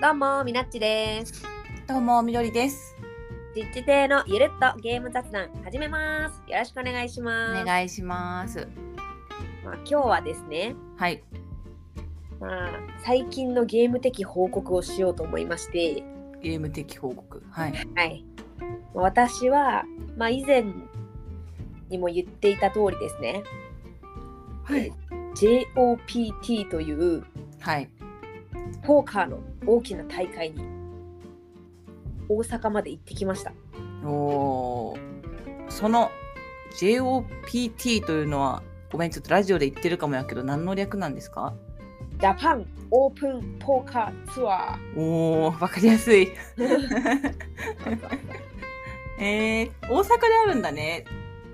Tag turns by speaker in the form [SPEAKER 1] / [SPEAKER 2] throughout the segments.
[SPEAKER 1] どうもみなっちです
[SPEAKER 2] どうもみどりです。
[SPEAKER 1] 実地亭のゆるっとゲーム雑談始めますよろしくお願いし
[SPEAKER 2] お
[SPEAKER 1] ます
[SPEAKER 2] 願いします。
[SPEAKER 1] まあ、今日はですね
[SPEAKER 2] はい。
[SPEAKER 1] まあ最近のゲーム的報告をしようと思いまして
[SPEAKER 2] ゲーム的報告。はい。
[SPEAKER 1] はいまあ私はまあ以前にも言っていた通りですね JOPT という
[SPEAKER 2] はい。
[SPEAKER 1] ポーカーの大きな大会に大阪まで行ってきました
[SPEAKER 2] おーその JOPT というのは、ごめん、ちょっとラジオで言ってるかもやけど、何の略なんですか
[SPEAKER 1] ジャパンオープンポーカーツア
[SPEAKER 2] おー、わかりやすい。
[SPEAKER 1] ー
[SPEAKER 2] えー、大阪であるんだね。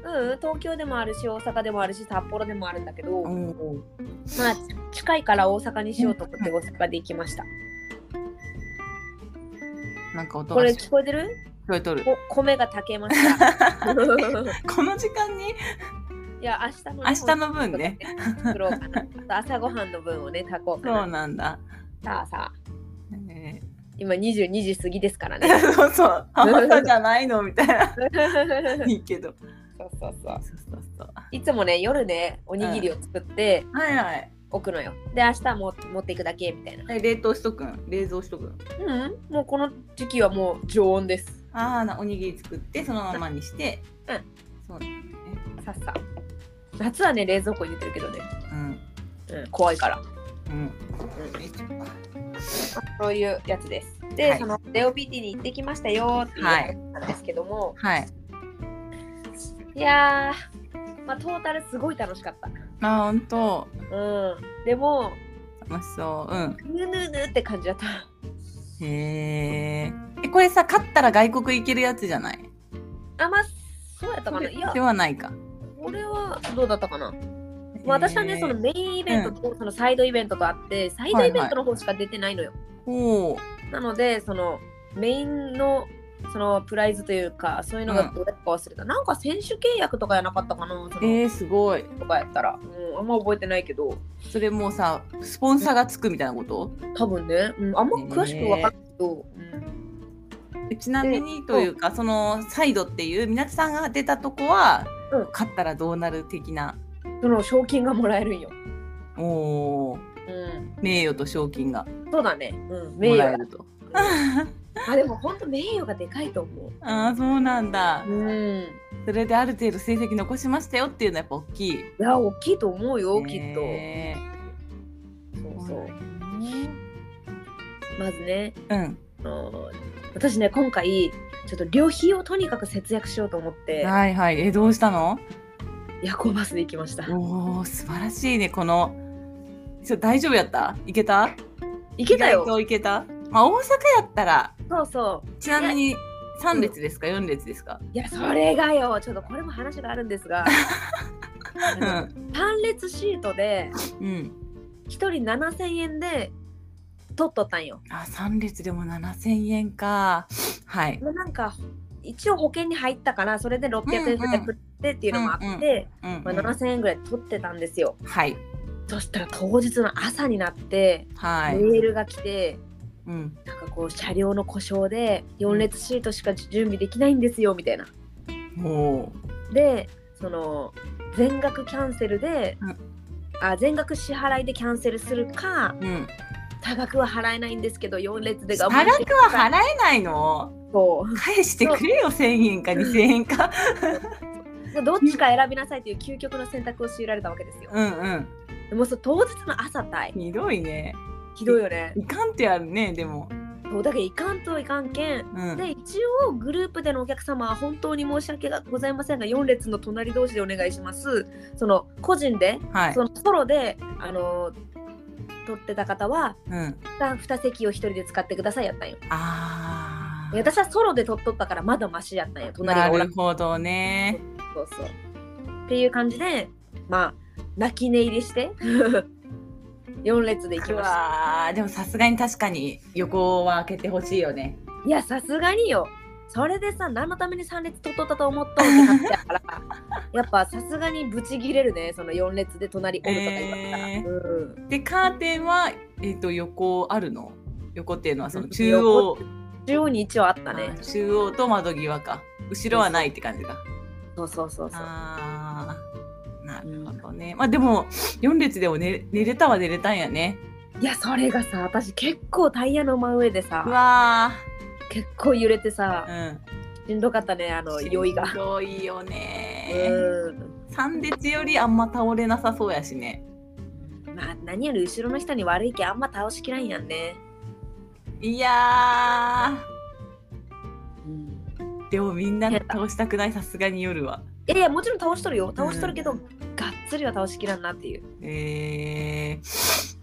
[SPEAKER 1] うん東京でもあるし大阪でもあるし札幌でもあるんだけど、
[SPEAKER 2] お
[SPEAKER 1] ま
[SPEAKER 2] ー
[SPEAKER 1] あ近いから大阪にしようと思って大阪で行きました
[SPEAKER 2] なんか音
[SPEAKER 1] こ
[SPEAKER 2] が
[SPEAKER 1] れ
[SPEAKER 2] し
[SPEAKER 1] 聞こえてる
[SPEAKER 2] 聞こえとる。
[SPEAKER 1] お米が炊けました
[SPEAKER 2] この時間に
[SPEAKER 1] いや明日の、
[SPEAKER 2] 明日の分ね。
[SPEAKER 1] 作ろうかな朝ごはんの分をね炊こうか
[SPEAKER 2] そう
[SPEAKER 1] な
[SPEAKER 2] なんだ。
[SPEAKER 1] さあさあ
[SPEAKER 2] え
[SPEAKER 1] 今22時過ぎですからね
[SPEAKER 2] ー そうそう。あなたじゃないのみたいな。
[SPEAKER 1] そう
[SPEAKER 2] いいけど。
[SPEAKER 1] そうそう
[SPEAKER 2] そうそうそう。
[SPEAKER 1] いつもね夜ねおにぎりを作って
[SPEAKER 2] はいはい。
[SPEAKER 1] おくのよ、で明日も持っていくだけみたいな
[SPEAKER 2] え冷凍しとくん冷蔵しとくん
[SPEAKER 1] うんもうこの時期はもう常温です
[SPEAKER 2] ああなおにぎり作ってそのままにして
[SPEAKER 1] うん
[SPEAKER 2] そう
[SPEAKER 1] さっさ夏はね冷蔵庫入れてるけどね、
[SPEAKER 2] うん
[SPEAKER 1] うん、怖いから
[SPEAKER 2] うん
[SPEAKER 1] う
[SPEAKER 2] えちょ
[SPEAKER 1] そういうやつですで、
[SPEAKER 2] はい
[SPEAKER 1] そのレオ PT に行ってきましたよっていう
[SPEAKER 2] はい
[SPEAKER 1] 話なんですけども、
[SPEAKER 2] はい
[SPEAKER 1] い、やー、まあ、トータルすごい楽しかった
[SPEAKER 2] あーほんと
[SPEAKER 1] うんでも
[SPEAKER 2] 楽しそううん
[SPEAKER 1] ぬぬぬって感じだった
[SPEAKER 2] へええこれさ勝ったら外国行けるやつじゃない
[SPEAKER 1] あまあそうやったかないや
[SPEAKER 2] ではないか
[SPEAKER 1] 俺はどうだったかな、まあ、私はねその
[SPEAKER 2] へー
[SPEAKER 1] メインイベントとそのサイドイベントがあってサイドイベントの方しか出てないのよ、
[SPEAKER 2] ほう
[SPEAKER 1] なのでそのメインのそのプライズというかそういうの
[SPEAKER 2] う
[SPEAKER 1] が
[SPEAKER 2] ん
[SPEAKER 1] どうやったか忘れた、なんか選手契約とかやなかったかなその、
[SPEAKER 2] えー、すごい
[SPEAKER 1] とかやったら、うん、あんま覚えてないけど
[SPEAKER 2] それもうさスポンサーがつくみたいなこと、
[SPEAKER 1] 多分ね、うん、あんま詳しく分かんないけど、うん
[SPEAKER 2] ちなみにというかそのサイドっていうみなちさんが出たとこは、
[SPEAKER 1] うん
[SPEAKER 2] 勝ったらどうなる的な
[SPEAKER 1] その賞金がもらえるんよ、
[SPEAKER 2] おお
[SPEAKER 1] う
[SPEAKER 2] 名誉と賞金が
[SPEAKER 1] ん、そうだね、うん、名
[SPEAKER 2] もら
[SPEAKER 1] 誉だ
[SPEAKER 2] えると。
[SPEAKER 1] あでも本当名誉がでかいと思う
[SPEAKER 2] ああそうなんだ、
[SPEAKER 1] うん
[SPEAKER 2] それである程度成績残しましたよっていうのはやっぱ大きい。
[SPEAKER 1] いや大きいと思うよきっと、
[SPEAKER 2] へー
[SPEAKER 1] そう
[SPEAKER 2] そ
[SPEAKER 1] そうう
[SPEAKER 2] なん
[SPEAKER 1] まずね
[SPEAKER 2] だね
[SPEAKER 1] あの私ね今回ちょっと旅費をとにかく節約しようと思って
[SPEAKER 2] うん。はいはい。えどうしたの？
[SPEAKER 1] 夜行バスで行きました
[SPEAKER 2] おお素晴らしいねこの。そう大丈夫やった？いけた？
[SPEAKER 1] 行けた
[SPEAKER 2] 意
[SPEAKER 1] よ
[SPEAKER 2] 外といけた？まあ大阪やったら
[SPEAKER 1] そうそう
[SPEAKER 2] ちなみに三列ですか四列ですか？
[SPEAKER 1] いやそれがよちょっとこれも話があるんですがあ
[SPEAKER 2] う
[SPEAKER 1] の
[SPEAKER 2] ん
[SPEAKER 1] 単列シートで
[SPEAKER 2] うん。
[SPEAKER 1] 1人7000円で取っとったんよ
[SPEAKER 2] あ三列でも七千円か。はい。
[SPEAKER 1] まあなんか一応保険に入ったからそれで600円ぐらい振ってっていうのもあって、
[SPEAKER 2] うんうんうん
[SPEAKER 1] まあ、7000円ぐらい取ってたんですよ
[SPEAKER 2] はい
[SPEAKER 1] そしたら当日の朝になって
[SPEAKER 2] はい。
[SPEAKER 1] メールが来て、
[SPEAKER 2] うん。
[SPEAKER 1] なんかこう車両の故障で4列シートしか準備できないんですよみたいな
[SPEAKER 2] も
[SPEAKER 1] でその全額キャンセルで、
[SPEAKER 2] うん
[SPEAKER 1] あ全額支払いでキャンセルするか
[SPEAKER 2] う。うん。
[SPEAKER 1] 多額は払えないんですけど4列で
[SPEAKER 2] 差
[SPEAKER 1] 頑
[SPEAKER 2] 額
[SPEAKER 1] 張って
[SPEAKER 2] は払えないの
[SPEAKER 1] そ
[SPEAKER 2] 返してくれよ1000円か2000円か
[SPEAKER 1] うどっちか選びなさいという究極の選択を強いられたわけですよ。
[SPEAKER 2] うんうん
[SPEAKER 1] でもそう当日の朝たい
[SPEAKER 2] ひどいね
[SPEAKER 1] ひどいよね。
[SPEAKER 2] いかんってやるねでも
[SPEAKER 1] そうだけどいかんといかんけん。
[SPEAKER 2] うん
[SPEAKER 1] で一応グループでのお客様は本当に申し訳がございませんが4列の隣同士でお願いします。その個人で
[SPEAKER 2] はい
[SPEAKER 1] そのソロであの取ってた方は
[SPEAKER 2] うん
[SPEAKER 1] 2席を1人で使ってくださいやったんよ。
[SPEAKER 2] あー
[SPEAKER 1] 私はソロで取っとったからまだマシやったんや隣
[SPEAKER 2] な
[SPEAKER 1] がおら
[SPEAKER 2] る
[SPEAKER 1] ん
[SPEAKER 2] ほどね
[SPEAKER 1] そうそうっていう感じでまあ泣き寝入りして 4列で行き
[SPEAKER 2] う
[SPEAKER 1] ました
[SPEAKER 2] わーでもさすがに確かに横は開けてほしいよね
[SPEAKER 1] いやさすがによそれでさ何のために3列取っとったと思っとんってなっちゃうから やっぱさすがにブチギレるねその4列で隣おるとか言われたら、
[SPEAKER 2] えー
[SPEAKER 1] うん
[SPEAKER 2] でカーテンはえっ、と横あるの横っていうのはその
[SPEAKER 1] うん
[SPEAKER 2] 中央、
[SPEAKER 1] 中央に一応あったね
[SPEAKER 2] あ。中央と窓際か後ろはないって感じか
[SPEAKER 1] そうそうそうそう。
[SPEAKER 2] あーなるほどね、まあでも4列でも寝寝れたは寝れたんやね
[SPEAKER 1] いやそれがさ私結構タイヤの真上で
[SPEAKER 2] う
[SPEAKER 1] さ
[SPEAKER 2] わ
[SPEAKER 1] 結構揺れてさ、
[SPEAKER 2] ーうん
[SPEAKER 1] しんどかったねあの酔いが。
[SPEAKER 2] ひどいよね
[SPEAKER 1] うん
[SPEAKER 2] 3列よりあんま倒れなさそうやしね
[SPEAKER 1] まあ何より後ろの人に悪いけあんま倒しきらんやんね。
[SPEAKER 2] いや
[SPEAKER 1] うん
[SPEAKER 2] ーでもみんな倒したくないさすがに夜はい
[SPEAKER 1] やいやもちろん倒しとるよ倒しとるけど、がっつりは倒しきらんなっていう。
[SPEAKER 2] えー、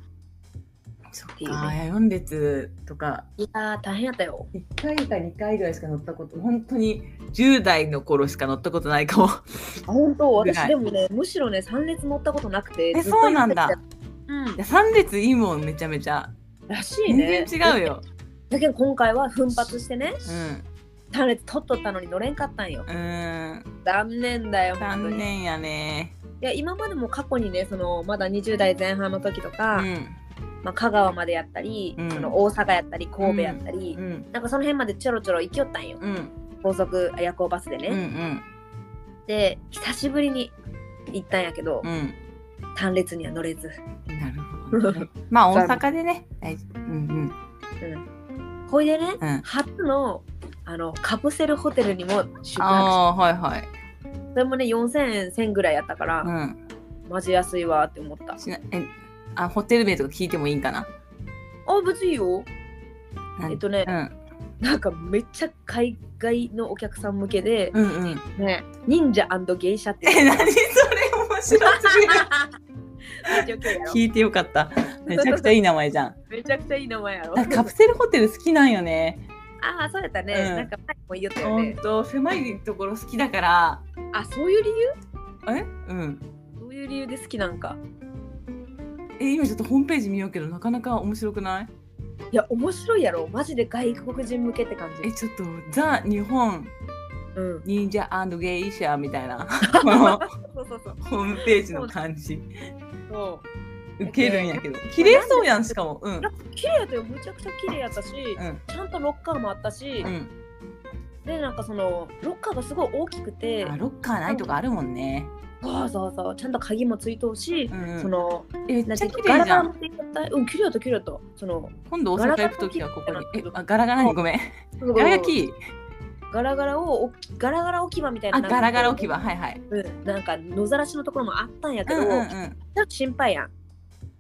[SPEAKER 2] そっか
[SPEAKER 1] いいね
[SPEAKER 2] 4列とか
[SPEAKER 1] いやー大変やったよ。
[SPEAKER 2] 1回か2回ぐらいしか乗ったこと本当に10代の頃しか乗ったことないかも
[SPEAKER 1] あ本当
[SPEAKER 2] ぐら
[SPEAKER 1] 私
[SPEAKER 2] い
[SPEAKER 1] でもねむしろね3列乗ったことなくて
[SPEAKER 2] え
[SPEAKER 1] ずっと
[SPEAKER 2] そうなんだ
[SPEAKER 1] 言ってたうん
[SPEAKER 2] いや3列いいもんめちゃめちゃ
[SPEAKER 1] らしいね
[SPEAKER 2] 全然違うよ、
[SPEAKER 1] だけど今回は奮発してね
[SPEAKER 2] うん
[SPEAKER 1] 3列取っとったのに乗れんかったんよ
[SPEAKER 2] うーん
[SPEAKER 1] 残念だよ本当
[SPEAKER 2] 残
[SPEAKER 1] にい
[SPEAKER 2] 念やね
[SPEAKER 1] や今までも過去にねそのまだ20代前半の時と
[SPEAKER 2] う
[SPEAKER 1] か、
[SPEAKER 2] ん
[SPEAKER 1] まあ、香川までやったり、
[SPEAKER 2] うん
[SPEAKER 1] その大阪やったり神戸やったり、
[SPEAKER 2] うん
[SPEAKER 1] なんかその辺までちょろちょろ行きよったんよ
[SPEAKER 2] うん
[SPEAKER 1] 高速夜行バスでね、
[SPEAKER 2] うんうん
[SPEAKER 1] で久しぶりに行ったんやけど、
[SPEAKER 2] うん
[SPEAKER 1] 単列には乗れず、
[SPEAKER 2] なるほ ど、ね、まあ大阪でね大丈夫うん
[SPEAKER 1] うん、ほいでね、
[SPEAKER 2] うんうん
[SPEAKER 1] 初のあのカプセルホテルにも宿泊し
[SPEAKER 2] ああはいはい、
[SPEAKER 1] てそれもね4000円1000ぐらいやったから、
[SPEAKER 2] うん、
[SPEAKER 1] マジ安いわって思った
[SPEAKER 2] しなえあホテル名とか聞いてもいいんかな
[SPEAKER 1] あ別にいいよ
[SPEAKER 2] なん
[SPEAKER 1] えっとね、
[SPEAKER 2] うん
[SPEAKER 1] なんかめっちゃ海外のお客さん向けで、
[SPEAKER 2] うんうん
[SPEAKER 1] ね忍者芸者って
[SPEAKER 2] え
[SPEAKER 1] いう
[SPEAKER 2] 何それ面白すぎる
[SPEAKER 1] めっちゃウケるやろ
[SPEAKER 2] 聞いてよかっためちゃくちゃいい名前 じゃん
[SPEAKER 1] めちゃくちゃいい名前やろ
[SPEAKER 2] なんかカプセルホテル好きなんよね
[SPEAKER 1] ああそうやったね、
[SPEAKER 2] うん
[SPEAKER 1] なんか前も言ったよ
[SPEAKER 2] 本
[SPEAKER 1] ね
[SPEAKER 2] 当狭いところ好きだから
[SPEAKER 1] あそういう理由
[SPEAKER 2] えうん
[SPEAKER 1] そういう理由で好きなんか
[SPEAKER 2] え今ちょっとホームページ見ようけどなかなか面白くない
[SPEAKER 1] いや面白いやろマジで外国人向けって感
[SPEAKER 2] え
[SPEAKER 1] じ
[SPEAKER 2] ちょっとザ日本
[SPEAKER 1] うん
[SPEAKER 2] 忍者ゲイシャーみた いなこの
[SPEAKER 1] そうそうそう
[SPEAKER 2] ホームページの感じ
[SPEAKER 1] そ
[SPEAKER 2] ウケるんやけど綺麗そうやんしかもうん
[SPEAKER 1] うなんか綺麗やったよむちゃくちゃ綺麗やったし、
[SPEAKER 2] うん
[SPEAKER 1] ちゃんとロッカーもあったし、
[SPEAKER 2] うん
[SPEAKER 1] でなんかそのロッカーがすごい大きくて
[SPEAKER 2] あロッカーないとかあるもんね
[SPEAKER 1] そうそうそうちゃんと鍵もついとうし、
[SPEAKER 2] うんうん
[SPEAKER 1] その
[SPEAKER 2] えめっ
[SPEAKER 1] なんて
[SPEAKER 2] ち
[SPEAKER 1] い
[SPEAKER 2] ゃ
[SPEAKER 1] う
[SPEAKER 2] 綺
[SPEAKER 1] のガ
[SPEAKER 2] 麗
[SPEAKER 1] ラ
[SPEAKER 2] じゃ
[SPEAKER 1] ガラ
[SPEAKER 2] ん
[SPEAKER 1] の店だったうん綺麗だった綺麗だったその
[SPEAKER 2] 今度大阪行くときはここにえあガラガラにごめんガ
[SPEAKER 1] ガ
[SPEAKER 2] ラガラキー
[SPEAKER 1] ガラガラを置きガラガラ置き場みたいな
[SPEAKER 2] あガラガラ置き場はいはい
[SPEAKER 1] うん、なんか野ざらしのところもあったんや
[SPEAKER 2] う
[SPEAKER 1] け
[SPEAKER 2] ん
[SPEAKER 1] ど、
[SPEAKER 2] うんう
[SPEAKER 1] ちょっ
[SPEAKER 2] ん
[SPEAKER 1] と心配やん。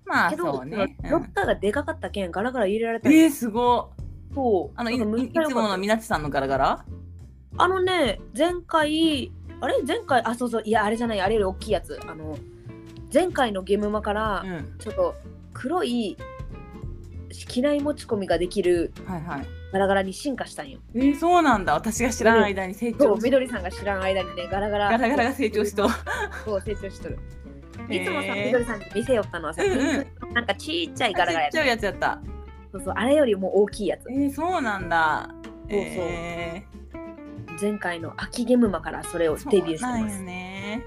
[SPEAKER 2] まあ
[SPEAKER 1] けど
[SPEAKER 2] そうね
[SPEAKER 1] そのロ
[SPEAKER 2] うん
[SPEAKER 1] ッカーがでかかったけん、ガラガラ入れられたんや
[SPEAKER 2] えーすごい
[SPEAKER 1] そう
[SPEAKER 2] あのいい
[SPEAKER 1] なんか難
[SPEAKER 2] い
[SPEAKER 1] し
[SPEAKER 2] いつ
[SPEAKER 1] かった
[SPEAKER 2] ものみなちさんのガラガラ
[SPEAKER 1] あのね、前回、あれ前回、あ、そうそう、いや、あれじゃない、あれより大きいやつ。あの、前回のゲムマから、
[SPEAKER 2] うん
[SPEAKER 1] ちょっと黒い機内持ち込みができる
[SPEAKER 2] はいはい
[SPEAKER 1] ガラガラに進化したんよ。
[SPEAKER 2] えー、そうなんだ私が知らない間に成
[SPEAKER 1] そう、
[SPEAKER 2] 長し
[SPEAKER 1] みどりさんが知らん間にね、ガラガラ。
[SPEAKER 2] ガラガラが成長しと
[SPEAKER 1] そう、成長しとる。
[SPEAKER 2] へー
[SPEAKER 1] いつもさ、みどりさんに見せよったのはさ、
[SPEAKER 2] うんうん
[SPEAKER 1] ピンクなんかちっちゃいガラガラ
[SPEAKER 2] ち
[SPEAKER 1] やつ
[SPEAKER 2] っちゃいやつやった
[SPEAKER 1] そうそう、あれよりも大きいやつ
[SPEAKER 2] え。ー、そうなんだ
[SPEAKER 1] そうそう
[SPEAKER 2] え
[SPEAKER 1] 前回の秋ゲムマからそれを
[SPEAKER 2] ー、
[SPEAKER 1] デビューして
[SPEAKER 2] そう
[SPEAKER 1] ま
[SPEAKER 2] なん
[SPEAKER 1] す
[SPEAKER 2] よ。ね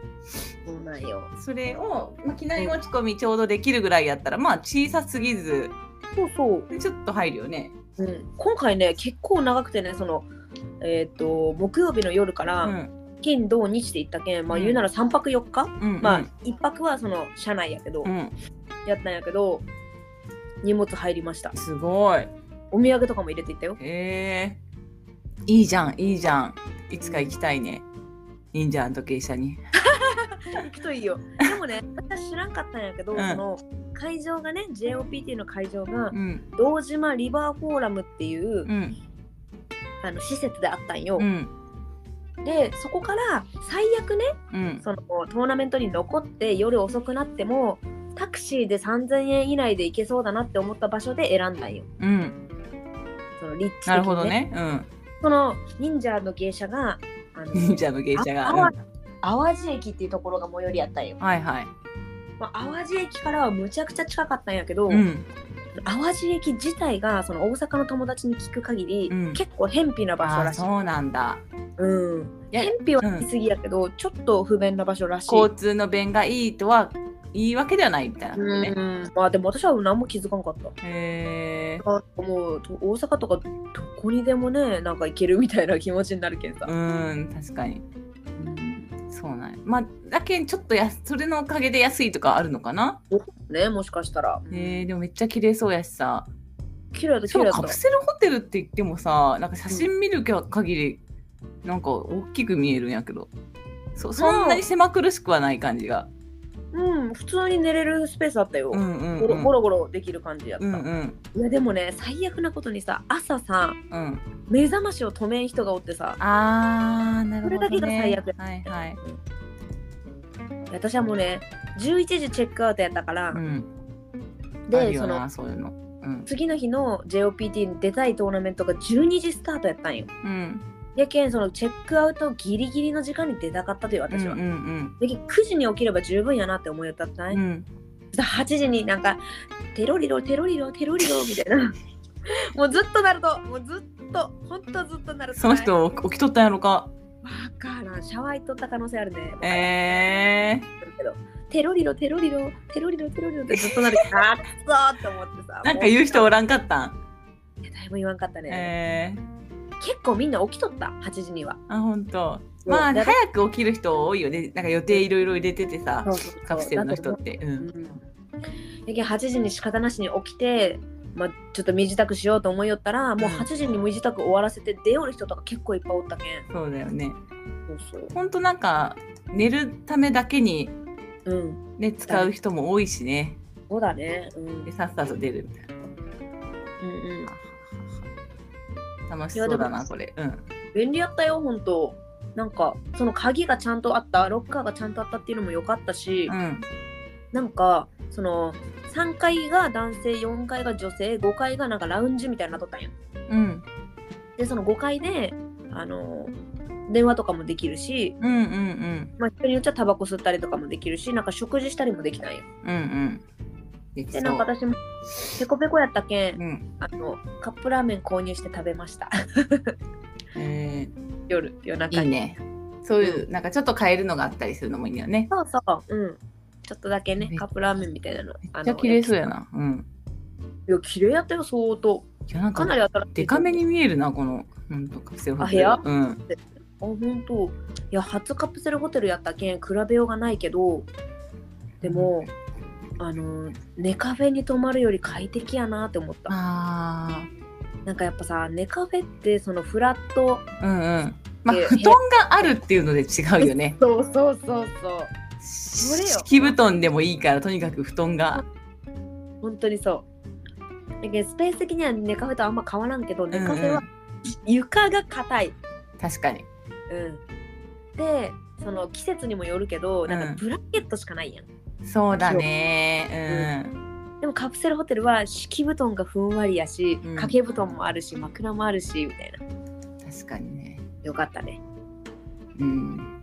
[SPEAKER 1] そうなんよ。
[SPEAKER 2] それを、まあ、機内持ち込みちょうどできるぐらいやったらまあ小さすぎず
[SPEAKER 1] そうそう。
[SPEAKER 2] でちょっと入るよね
[SPEAKER 1] うん、今回ね、結構長くてね、その、えっ、と、木曜日の夜か
[SPEAKER 2] う
[SPEAKER 1] ら、
[SPEAKER 2] ん
[SPEAKER 1] 金、土、日で行ったけん、まあ
[SPEAKER 2] うん
[SPEAKER 1] 言うなら3泊4日、
[SPEAKER 2] うん
[SPEAKER 1] まあ1泊はその車内やけど、
[SPEAKER 2] うん
[SPEAKER 1] やったんやけど、荷物入りました。
[SPEAKER 2] すごい
[SPEAKER 1] お土産とかも入れていったよ。
[SPEAKER 2] えー、いいじゃんいいじゃんいつか行きたいね忍者芸者に
[SPEAKER 1] 行くといいよ。でもね、私は知らんかったんやけど、
[SPEAKER 2] うん
[SPEAKER 1] その会場がね、JOPT の会場が
[SPEAKER 2] う、ん
[SPEAKER 1] 堂島リバーフォーラムっていう、
[SPEAKER 2] うん
[SPEAKER 1] あの施設であったんよ。
[SPEAKER 2] うん
[SPEAKER 1] で、そこから最悪ね、
[SPEAKER 2] うん
[SPEAKER 1] そのトーナメントに残って夜遅くなってもタクシーで3000円以内で行けそうだなって思った場所で選んだんよ
[SPEAKER 2] うん
[SPEAKER 1] その立地的に、ね、
[SPEAKER 2] なるほどねうん
[SPEAKER 1] その忍者の芸者があの
[SPEAKER 2] 忍者の芸者が、
[SPEAKER 1] あ
[SPEAKER 2] うん
[SPEAKER 1] 淡路駅っていうところが最寄りやったんよ、
[SPEAKER 2] はいはい
[SPEAKER 1] まあ、淡路駅からはむちゃくちゃ近かったんやけど、
[SPEAKER 2] うん
[SPEAKER 1] 淡路駅自体がその大阪の友達に聞く限り、
[SPEAKER 2] うん
[SPEAKER 1] 結構偏僻な場所
[SPEAKER 2] あ
[SPEAKER 1] ら
[SPEAKER 2] あ
[SPEAKER 1] しい
[SPEAKER 2] そうなんだ
[SPEAKER 1] うん
[SPEAKER 2] いや
[SPEAKER 1] 偏僻は行き過ぎやけど、ちょっと不便な場所らしい
[SPEAKER 2] 交通の便がいいとはいいわけではないみたいなことね。
[SPEAKER 1] うんまあでも私は何も気づかなかった。
[SPEAKER 2] へえ。
[SPEAKER 1] あもうと大阪とかどこにでもねなんか行けるみたいな気持ちになるけんさ。
[SPEAKER 2] うん確かに。そうなんやまあだけんちょっとやそれのおかげで安いとかあるのかな。
[SPEAKER 1] ねもしかしたら。
[SPEAKER 2] へえでもめっちゃ綺麗そうやしさ。
[SPEAKER 1] 綺麗だ
[SPEAKER 2] し
[SPEAKER 1] 綺
[SPEAKER 2] かも
[SPEAKER 1] 麗
[SPEAKER 2] カ
[SPEAKER 1] だ
[SPEAKER 2] プ。セルホテルって言ってもさなんか写真見る限り、なんか大きく見えるんやけどそそんなに狭苦しくはない感じが。
[SPEAKER 1] うん普通に寝れるスペースあったよ。
[SPEAKER 2] うんうんう
[SPEAKER 1] ゴロ
[SPEAKER 2] ん
[SPEAKER 1] ゴロゴロできる感じやった、
[SPEAKER 2] うんうん
[SPEAKER 1] いやでもね最悪なことにさ朝さ
[SPEAKER 2] うん、
[SPEAKER 1] 目覚ましを止めん人がおってさ
[SPEAKER 2] あーなるほど、ね、
[SPEAKER 1] それだけが最悪
[SPEAKER 2] はいはい、
[SPEAKER 1] 私はもうね11時チェックアウトやったから、
[SPEAKER 2] うん、ある
[SPEAKER 1] で
[SPEAKER 2] よ
[SPEAKER 1] そ
[SPEAKER 2] な
[SPEAKER 1] の
[SPEAKER 2] そういうのうん
[SPEAKER 1] 次の日の JOPT に出たいトーナメントが12時スタートやったんよ
[SPEAKER 2] うん
[SPEAKER 1] やけんそのチェックアウトギリギリの時間に出たかったという私は、
[SPEAKER 2] うんうん
[SPEAKER 1] で9時に起きれば十分やなって思いよったった
[SPEAKER 2] う
[SPEAKER 1] ん
[SPEAKER 2] んう
[SPEAKER 1] や、
[SPEAKER 2] ん
[SPEAKER 1] さ8時になんかテロリロテロリロテロリロみたいな もうずっとなるともうずっとほんとずっとなると
[SPEAKER 2] その人起きとったんやろか
[SPEAKER 1] わからんシャワー行っとった可能性あるね
[SPEAKER 2] えー、
[SPEAKER 1] けどテロリロテロリロテロリロテロリロってずっとなる あっそーって思ってさ
[SPEAKER 2] なんか言う人
[SPEAKER 1] も
[SPEAKER 2] おらんかったん
[SPEAKER 1] ういや誰も言わんかったね、
[SPEAKER 2] え
[SPEAKER 1] 結構みんな起きとった8時には
[SPEAKER 2] ー、あほんとまあ
[SPEAKER 1] だ
[SPEAKER 2] 早く起きる人多いよねなんか予定いろいろ入れててさ
[SPEAKER 1] そうそうそう
[SPEAKER 2] カプセルの人ってう
[SPEAKER 1] だと
[SPEAKER 2] ん
[SPEAKER 1] 思ううんやけん8時に仕方なしに起きてまあ、ちょっと身支度しようと思いよったらもう8時に身支度終わらせて出よる人とか結構いっぱいおったけん
[SPEAKER 2] そうだよね
[SPEAKER 1] そう
[SPEAKER 2] ほんとなんか寝るためだけに
[SPEAKER 1] そううん
[SPEAKER 2] ね使う人も多いしね
[SPEAKER 1] そうだねうん、うん
[SPEAKER 2] でさっさと出るみたいな
[SPEAKER 1] うん、
[SPEAKER 2] 楽しそうだなこれうん
[SPEAKER 1] 便利やったよ本当なんかその鍵がちゃんとあったロッカーがちゃんとあったっていうのも良かったし、
[SPEAKER 2] うん
[SPEAKER 1] なんかその3階が男性4階が女性5階がなんかラウンジみたいになっとったんや
[SPEAKER 2] うん
[SPEAKER 1] でその5階であの電話とかもできるし、
[SPEAKER 2] うんうんうん
[SPEAKER 1] まあ、人によっちゃタバコ吸ったりとかもできるしなんか食事したりもできたんや
[SPEAKER 2] うんうんでき
[SPEAKER 1] で
[SPEAKER 2] そう
[SPEAKER 1] なんか私もペコペコやったけん
[SPEAKER 2] うん
[SPEAKER 1] あのカップラーメン購入して食べました
[SPEAKER 2] え
[SPEAKER 1] 夜夜中
[SPEAKER 2] ー、い
[SPEAKER 1] に
[SPEAKER 2] いねそういうなんかちょっと変えるのがあったりするのもいいんだよね
[SPEAKER 1] そうそううんちょっとだけね
[SPEAKER 2] めっ
[SPEAKER 1] カップラーメンみたいなの
[SPEAKER 2] め
[SPEAKER 1] あ
[SPEAKER 2] っちゃ
[SPEAKER 1] の
[SPEAKER 2] 綺麗そうやなうん
[SPEAKER 1] いや、綺麗やったよ、相当。
[SPEAKER 2] いやなん
[SPEAKER 1] か
[SPEAKER 2] か
[SPEAKER 1] なり新しい。
[SPEAKER 2] デカめに見えるなこのうんとカプセルホテル
[SPEAKER 1] あ部屋
[SPEAKER 2] うん
[SPEAKER 1] あ、本当。いや、初カプセルホテルやったけん、比べようがないけど、でも、あの、寝カフェに泊まるより快適やなって思った。
[SPEAKER 2] あ
[SPEAKER 1] なんかやっぱさ、寝カフェって、そのフラット。
[SPEAKER 2] ーうんうんまあ
[SPEAKER 1] で
[SPEAKER 2] 布団があるっていうので違うよね
[SPEAKER 1] そうそうそうそう。それよ
[SPEAKER 2] 敷布団でもいいからとにかく布団が
[SPEAKER 1] 本当にそう。だけどスペース的には寝カフェとあんま変わらんけど、寝カフェは
[SPEAKER 2] うん
[SPEAKER 1] 床が硬い。
[SPEAKER 2] うん確かに
[SPEAKER 1] うん。で、その季節にもよるけど、な
[SPEAKER 2] うん
[SPEAKER 1] んかブランケットしかないやん。
[SPEAKER 2] そうだねうん
[SPEAKER 1] でもカプセルホテルは敷布団がふんわりやし
[SPEAKER 2] うん
[SPEAKER 1] 掛け布団もあるし枕もあるしみたいな
[SPEAKER 2] 確かにね
[SPEAKER 1] よかったね
[SPEAKER 2] うん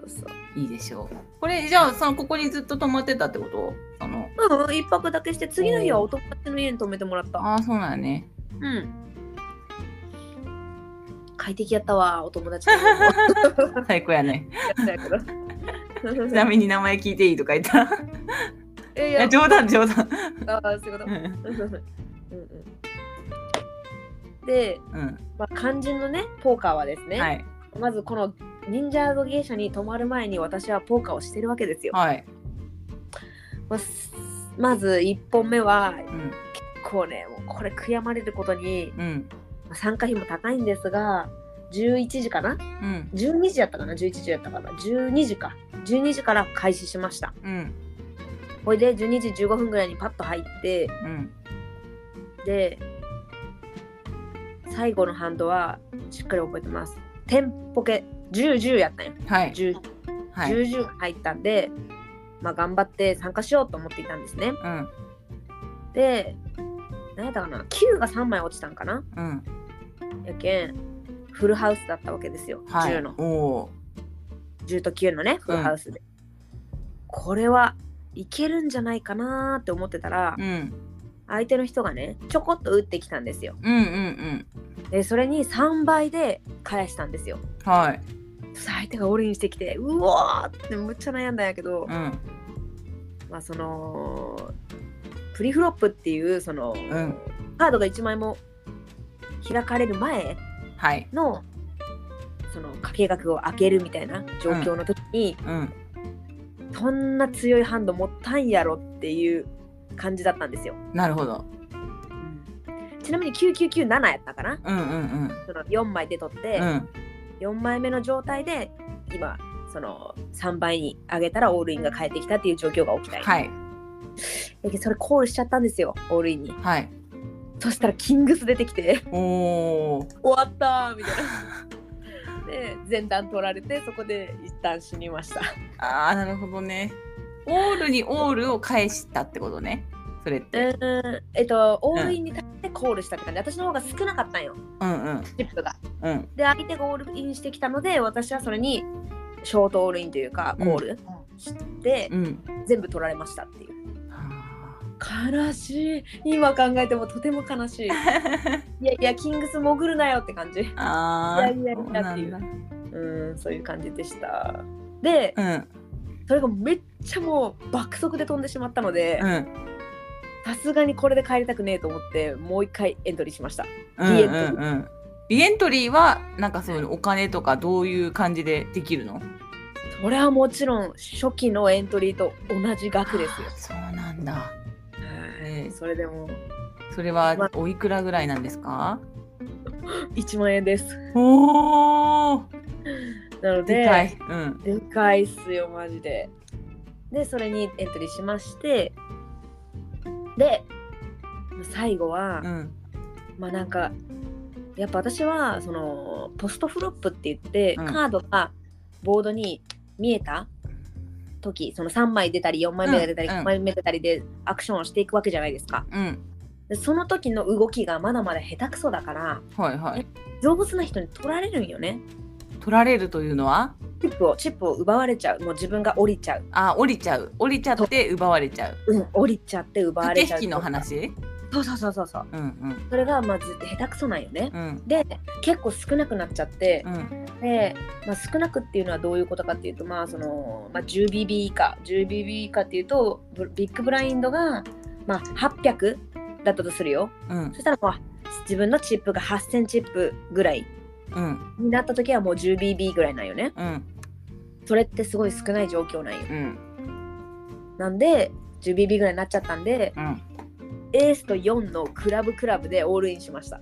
[SPEAKER 1] そうそ
[SPEAKER 2] いいでしょうこれじゃあそのここにずっと泊まってたってことその
[SPEAKER 1] ううんうん一泊だけして次の日はお友達の家に泊めてもらった
[SPEAKER 2] ああそうなんやね
[SPEAKER 1] うん快適やったわお友達
[SPEAKER 2] 最高やね ち
[SPEAKER 1] ち
[SPEAKER 2] なみに名前聞いていいとか言ったら
[SPEAKER 1] に い
[SPEAKER 2] いや冗談冗談
[SPEAKER 1] ああそういうこ
[SPEAKER 2] う
[SPEAKER 1] とう
[SPEAKER 2] ん
[SPEAKER 1] んうんで、
[SPEAKER 2] うん
[SPEAKER 1] まあ、肝心のねポーカーはですね、
[SPEAKER 2] はい
[SPEAKER 1] まずこの忍者芸者に泊まる前に私はポーカーをしてるわけですよ
[SPEAKER 2] はい
[SPEAKER 1] まあすまず1本目は
[SPEAKER 2] うん
[SPEAKER 1] こうねもうこれ悔やまれることに
[SPEAKER 2] うん
[SPEAKER 1] まあ参加費も高いんですが11時かな
[SPEAKER 2] うん
[SPEAKER 1] 12時やったかな11時やったかな12時か12時から開始しました
[SPEAKER 2] うん
[SPEAKER 1] ほいで12時15分ぐらいにパッと入って
[SPEAKER 2] うん
[SPEAKER 1] で最後のハンドはしっかり覚えてますテンポケ1010やったんよ
[SPEAKER 2] はい
[SPEAKER 1] 1010、
[SPEAKER 2] はい
[SPEAKER 1] 10入ったんでまあ頑張って参加しようと思っていたんですね
[SPEAKER 2] うん
[SPEAKER 1] で何やったかな9が3枚落ちたんかな
[SPEAKER 2] うん
[SPEAKER 1] やけんフルハウスだったわけですよ、
[SPEAKER 2] はい
[SPEAKER 1] 10の
[SPEAKER 2] おお
[SPEAKER 1] 10と9のねフルハウスで、これはいけるんじゃないかなーって思ってたら、
[SPEAKER 2] うん
[SPEAKER 1] 相手の人がねちょこっと打ってきたんですよ
[SPEAKER 2] うんうん
[SPEAKER 1] でそれに3倍で返したんですよ
[SPEAKER 2] うんはい
[SPEAKER 1] そしたら相手がオレにしてきてうわーってむっちゃ悩んだんやけど
[SPEAKER 2] うん
[SPEAKER 1] まあ、そのプリフロップっていうその、
[SPEAKER 2] ん
[SPEAKER 1] カードが1枚も開かれる前
[SPEAKER 2] はい。
[SPEAKER 1] のその家計額を開けるみたいな状況の時に、
[SPEAKER 2] うん。
[SPEAKER 1] そんな強いハンド持ったんやろっていう感じだったんですよ。
[SPEAKER 2] なるほど。
[SPEAKER 1] ちなみに9997やったかな
[SPEAKER 2] うんうん
[SPEAKER 1] その4枚で取って、
[SPEAKER 2] うん。うん。
[SPEAKER 1] 4枚目の状態で今その3倍に上げたらオールインが返ってきたっていう状況が起きたり、
[SPEAKER 2] はい。
[SPEAKER 1] でそれコールしちゃったんですよオールインに
[SPEAKER 2] はい。
[SPEAKER 1] そしたらキングス出てきて
[SPEAKER 2] おお。
[SPEAKER 1] 終わったーみたいなで前段取られてそこで一旦死にました
[SPEAKER 2] ああ、なるほどね。オールにオールを返したってことね。それって。
[SPEAKER 1] うんえっとオールインに対してコールしたって感じ私の方が少なかったんよ
[SPEAKER 2] うんうん
[SPEAKER 1] チップが
[SPEAKER 2] うん。
[SPEAKER 1] で相手がオールインしてきたので私はそれにショートオールインというかコールして、
[SPEAKER 2] うん。
[SPEAKER 1] 全部取られましたっていう
[SPEAKER 2] は
[SPEAKER 1] 悲しい今考えてもとても悲しいいやいやキングス潜るなよって感じ
[SPEAKER 2] あああ。
[SPEAKER 1] いやいやいや
[SPEAKER 2] そうなんだ
[SPEAKER 1] うんそういう感じでしたで
[SPEAKER 2] うん
[SPEAKER 1] それがめっちゃもう爆速で飛んでしまったので
[SPEAKER 2] うん
[SPEAKER 1] さすがにこれで帰りたくねえと思ってもう一回エントリーしました
[SPEAKER 2] うん
[SPEAKER 1] リエ
[SPEAKER 2] う
[SPEAKER 1] ントリー
[SPEAKER 2] んうん。リエントリーはなんかそういうのお金とかどういう感じでできるの
[SPEAKER 1] それはもちろん初期のエントリーと同じ額ですよ
[SPEAKER 2] そうなんだ。えー
[SPEAKER 1] それでも
[SPEAKER 2] それはおいくらぐらいなんですか
[SPEAKER 1] 1万円です
[SPEAKER 2] おお
[SPEAKER 1] なので
[SPEAKER 2] でかい。うん。
[SPEAKER 1] でかいっすよマジででそれにエントリーしましてで最後は、
[SPEAKER 2] うん。
[SPEAKER 1] まあなんかやっぱ私はそのポストフロップって言って、
[SPEAKER 2] うん
[SPEAKER 1] カードがボードに見えた時その3枚出たり4枚目が出たり
[SPEAKER 2] うんうん
[SPEAKER 1] 5枚目出たりでアクションをしていくわけじゃないですか
[SPEAKER 2] うん。
[SPEAKER 1] でその時の動きがまだまだ下手くそだから
[SPEAKER 2] はいはい。
[SPEAKER 1] 上手な人に取られるんよね
[SPEAKER 2] 取られるというのは
[SPEAKER 1] チップをチップを奪われちゃうもう自分が降りちゃう、
[SPEAKER 2] あ降りちゃう降りちゃって奪われちゃう
[SPEAKER 1] うん、降りちゃって奪われ
[SPEAKER 2] 駆
[SPEAKER 1] ち
[SPEAKER 2] け
[SPEAKER 1] ゃう
[SPEAKER 2] 引きの話
[SPEAKER 1] そうそうそうそうそう
[SPEAKER 2] うん
[SPEAKER 1] それがまず下手くそなんよね
[SPEAKER 2] うんうん
[SPEAKER 1] で結構少なくなっちゃって
[SPEAKER 2] う、ん
[SPEAKER 1] で、まあ、少なくっていうのはどういうことかっていうと、まあそのまあ、10BB 以下 10BB 以下っていうとブビッグブラインドが、まあ、800だったとするよ
[SPEAKER 2] うん
[SPEAKER 1] そしたらまあ自分のチップが8000チップぐらい
[SPEAKER 2] うん
[SPEAKER 1] になった時はもう 10BB ぐらいなんよね
[SPEAKER 2] うん
[SPEAKER 1] それってすごい少ない状況なんよ
[SPEAKER 2] うん
[SPEAKER 1] なんで 10BB ぐらいになっちゃったんで
[SPEAKER 2] うん
[SPEAKER 1] エースと4のクラブクラブでオールインしました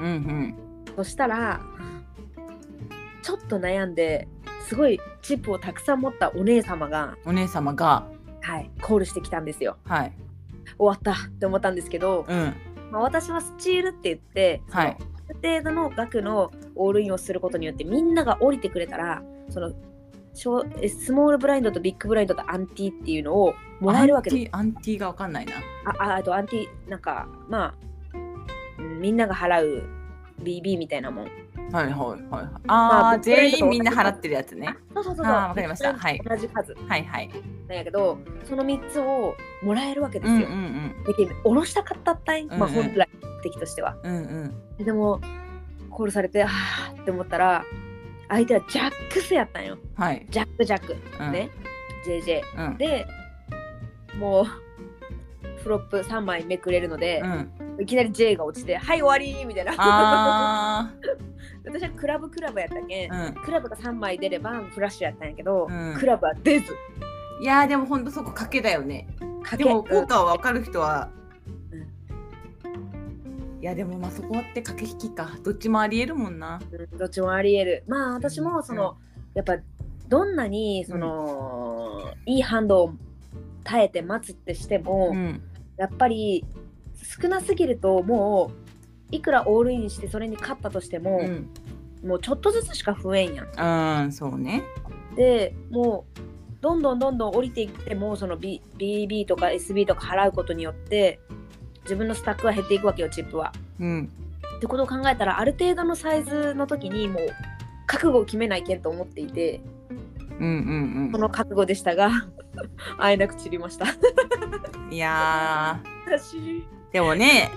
[SPEAKER 2] うん
[SPEAKER 1] そしたらちょっと悩んですごいチップをたくさん持ったお姉様が、
[SPEAKER 2] お姉様が
[SPEAKER 1] はい、コールしてきたんですよ
[SPEAKER 2] はい
[SPEAKER 1] 終わったって思ったんですけど、
[SPEAKER 2] うん
[SPEAKER 1] まあ、私はスチールって言ってその
[SPEAKER 2] はい
[SPEAKER 1] ある程度の額のオールインをすることによってみんなが降りてくれたらその小えスモールブラインドとビッグブラインドとアンティっていうのをもらえるわけです
[SPEAKER 2] アンティアンティがわかんないな
[SPEAKER 1] あああとアンティなんかまあうんみんなが払う BB みたいなもん
[SPEAKER 2] はいはいはいはい
[SPEAKER 1] ま
[SPEAKER 2] あ
[SPEAKER 1] あ
[SPEAKER 2] ー全員みんな払ってるやつね
[SPEAKER 1] そうそうそうそう
[SPEAKER 2] あーわかりましたはい
[SPEAKER 1] 同じ数
[SPEAKER 2] はいはい
[SPEAKER 1] なんやけどその3つをもらえるわけで
[SPEAKER 2] う
[SPEAKER 1] す
[SPEAKER 2] んう
[SPEAKER 1] よ。
[SPEAKER 2] ん
[SPEAKER 1] で下ろしたかったったい、まあ、
[SPEAKER 2] うんうん
[SPEAKER 1] 本来目的としては。
[SPEAKER 2] うんうん
[SPEAKER 1] でもコールされてはあって思ったら相手はジャックスやったんよ。
[SPEAKER 2] はい
[SPEAKER 1] ジャックジャック、
[SPEAKER 2] うん
[SPEAKER 1] ね JJ。
[SPEAKER 2] うん
[SPEAKER 1] でもうフロップ3枚めくれるので
[SPEAKER 2] う、 ん
[SPEAKER 1] いきなり J が落ちて「はい終わり!」みたいな。
[SPEAKER 2] あ
[SPEAKER 1] 私はクラブクラブやったけん、
[SPEAKER 2] ーう
[SPEAKER 1] クラブが3枚出ればフラッシュやったんやけど、
[SPEAKER 2] うん
[SPEAKER 1] クラブは出ず。
[SPEAKER 2] んいやーでもほんとそこ賭けだよね
[SPEAKER 1] かけ
[SPEAKER 2] でも
[SPEAKER 1] う
[SPEAKER 2] 効
[SPEAKER 1] ん
[SPEAKER 2] 果は分かる人は、いやでもまあそこって駆け引きかどっちもありえるもんな
[SPEAKER 1] うんどっちもありえるまあ私もその、やっぱどんなにその、いいハンドを耐えて待つってしても、
[SPEAKER 2] うん
[SPEAKER 1] やっぱり少なすぎるともういくらオールインしてそれに勝ったとして
[SPEAKER 2] う
[SPEAKER 1] も、
[SPEAKER 2] ん、
[SPEAKER 1] もうちょっとずつしか増えんやん。
[SPEAKER 2] うん、そうね
[SPEAKER 1] でもうどんどんどんどん降りていってもその、B、BB とか SB とか払うことによって自分のスタックは減っていくわけよチップは。
[SPEAKER 2] うん
[SPEAKER 1] ってことを考えたらある程度のサイズの時にもう覚悟を決めないけんと思っていて
[SPEAKER 2] うんうん
[SPEAKER 1] この覚悟でしたが あえなく散りました
[SPEAKER 2] うんいや
[SPEAKER 1] 私
[SPEAKER 2] ーでもね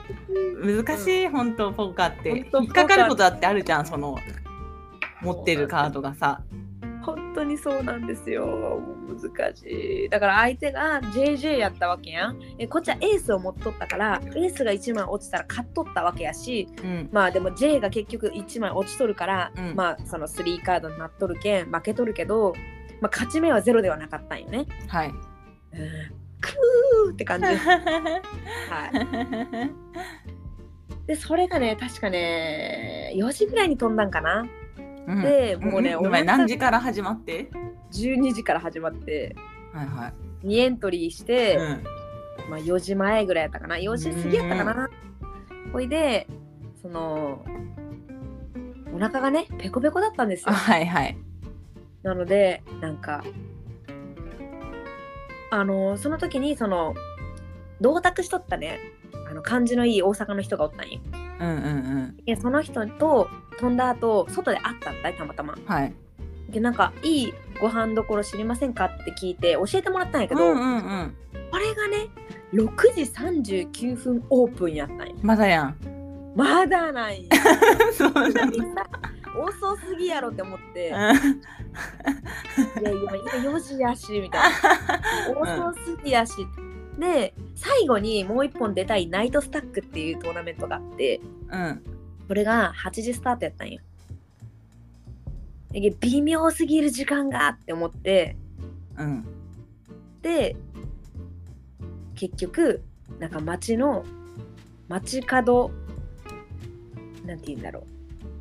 [SPEAKER 2] 難しい、ほんとポーカーって
[SPEAKER 1] ほんと
[SPEAKER 2] 引っかかることだってあるじゃんその持ってるカードがさ
[SPEAKER 1] 本当当にそうなんですよもう難しいだから相手が JJ やったわけやんえこっちはエースを持っとったからエースが1枚落ちたら勝っとったわけやし
[SPEAKER 2] うん
[SPEAKER 1] まあでも J が結局1枚落ちとるから、
[SPEAKER 2] うん
[SPEAKER 1] まあその3カードになっとるけん負けとるけど、まあ、勝ち目はゼロではなかったんよね。
[SPEAKER 2] はい
[SPEAKER 1] うんくーって 感じです。はい、でそれがね確かね4時ぐらいに飛んだんかな。
[SPEAKER 2] うん
[SPEAKER 1] でもうね、
[SPEAKER 2] ん
[SPEAKER 1] お
[SPEAKER 2] ごめん
[SPEAKER 1] 腹
[SPEAKER 2] 何時から始まって
[SPEAKER 1] 12時から始まって
[SPEAKER 2] はいはい、
[SPEAKER 1] 2エントリーして、
[SPEAKER 2] うん
[SPEAKER 1] まあ、4時前ぐらいやったかな4時過ぎやったかな、ほいでそのお腹がねペコペコだったんです
[SPEAKER 2] あ
[SPEAKER 1] よ
[SPEAKER 2] はいはい
[SPEAKER 1] なのでなんかあのその時にその同卓しとったねあの感じのいい大阪の人がおったんよ
[SPEAKER 2] うんうんうん
[SPEAKER 1] でその人と飛んだ後外で会ったんだいたまたま
[SPEAKER 2] はい
[SPEAKER 1] でなんかいいご飯どころ知りませんかって聞いて教えてもらったんやけ
[SPEAKER 2] うん
[SPEAKER 1] ど、
[SPEAKER 2] うんうん
[SPEAKER 1] これがね6時39分オープンやったんよ
[SPEAKER 2] まだやん
[SPEAKER 1] まだない
[SPEAKER 2] そうな
[SPEAKER 1] さ
[SPEAKER 2] の
[SPEAKER 1] 遅すぎやろって思って「いや
[SPEAKER 2] うん
[SPEAKER 1] いや今4時やし」みたいな「遅すぎやし」で最後にもう一本出たいナイトスタックっていうトーナメントがあって
[SPEAKER 2] うん
[SPEAKER 1] これが8時スタートやったんよ。で微妙すぎる時間がって思って
[SPEAKER 2] うん
[SPEAKER 1] で結局なんか街の街角なんて言うんだろ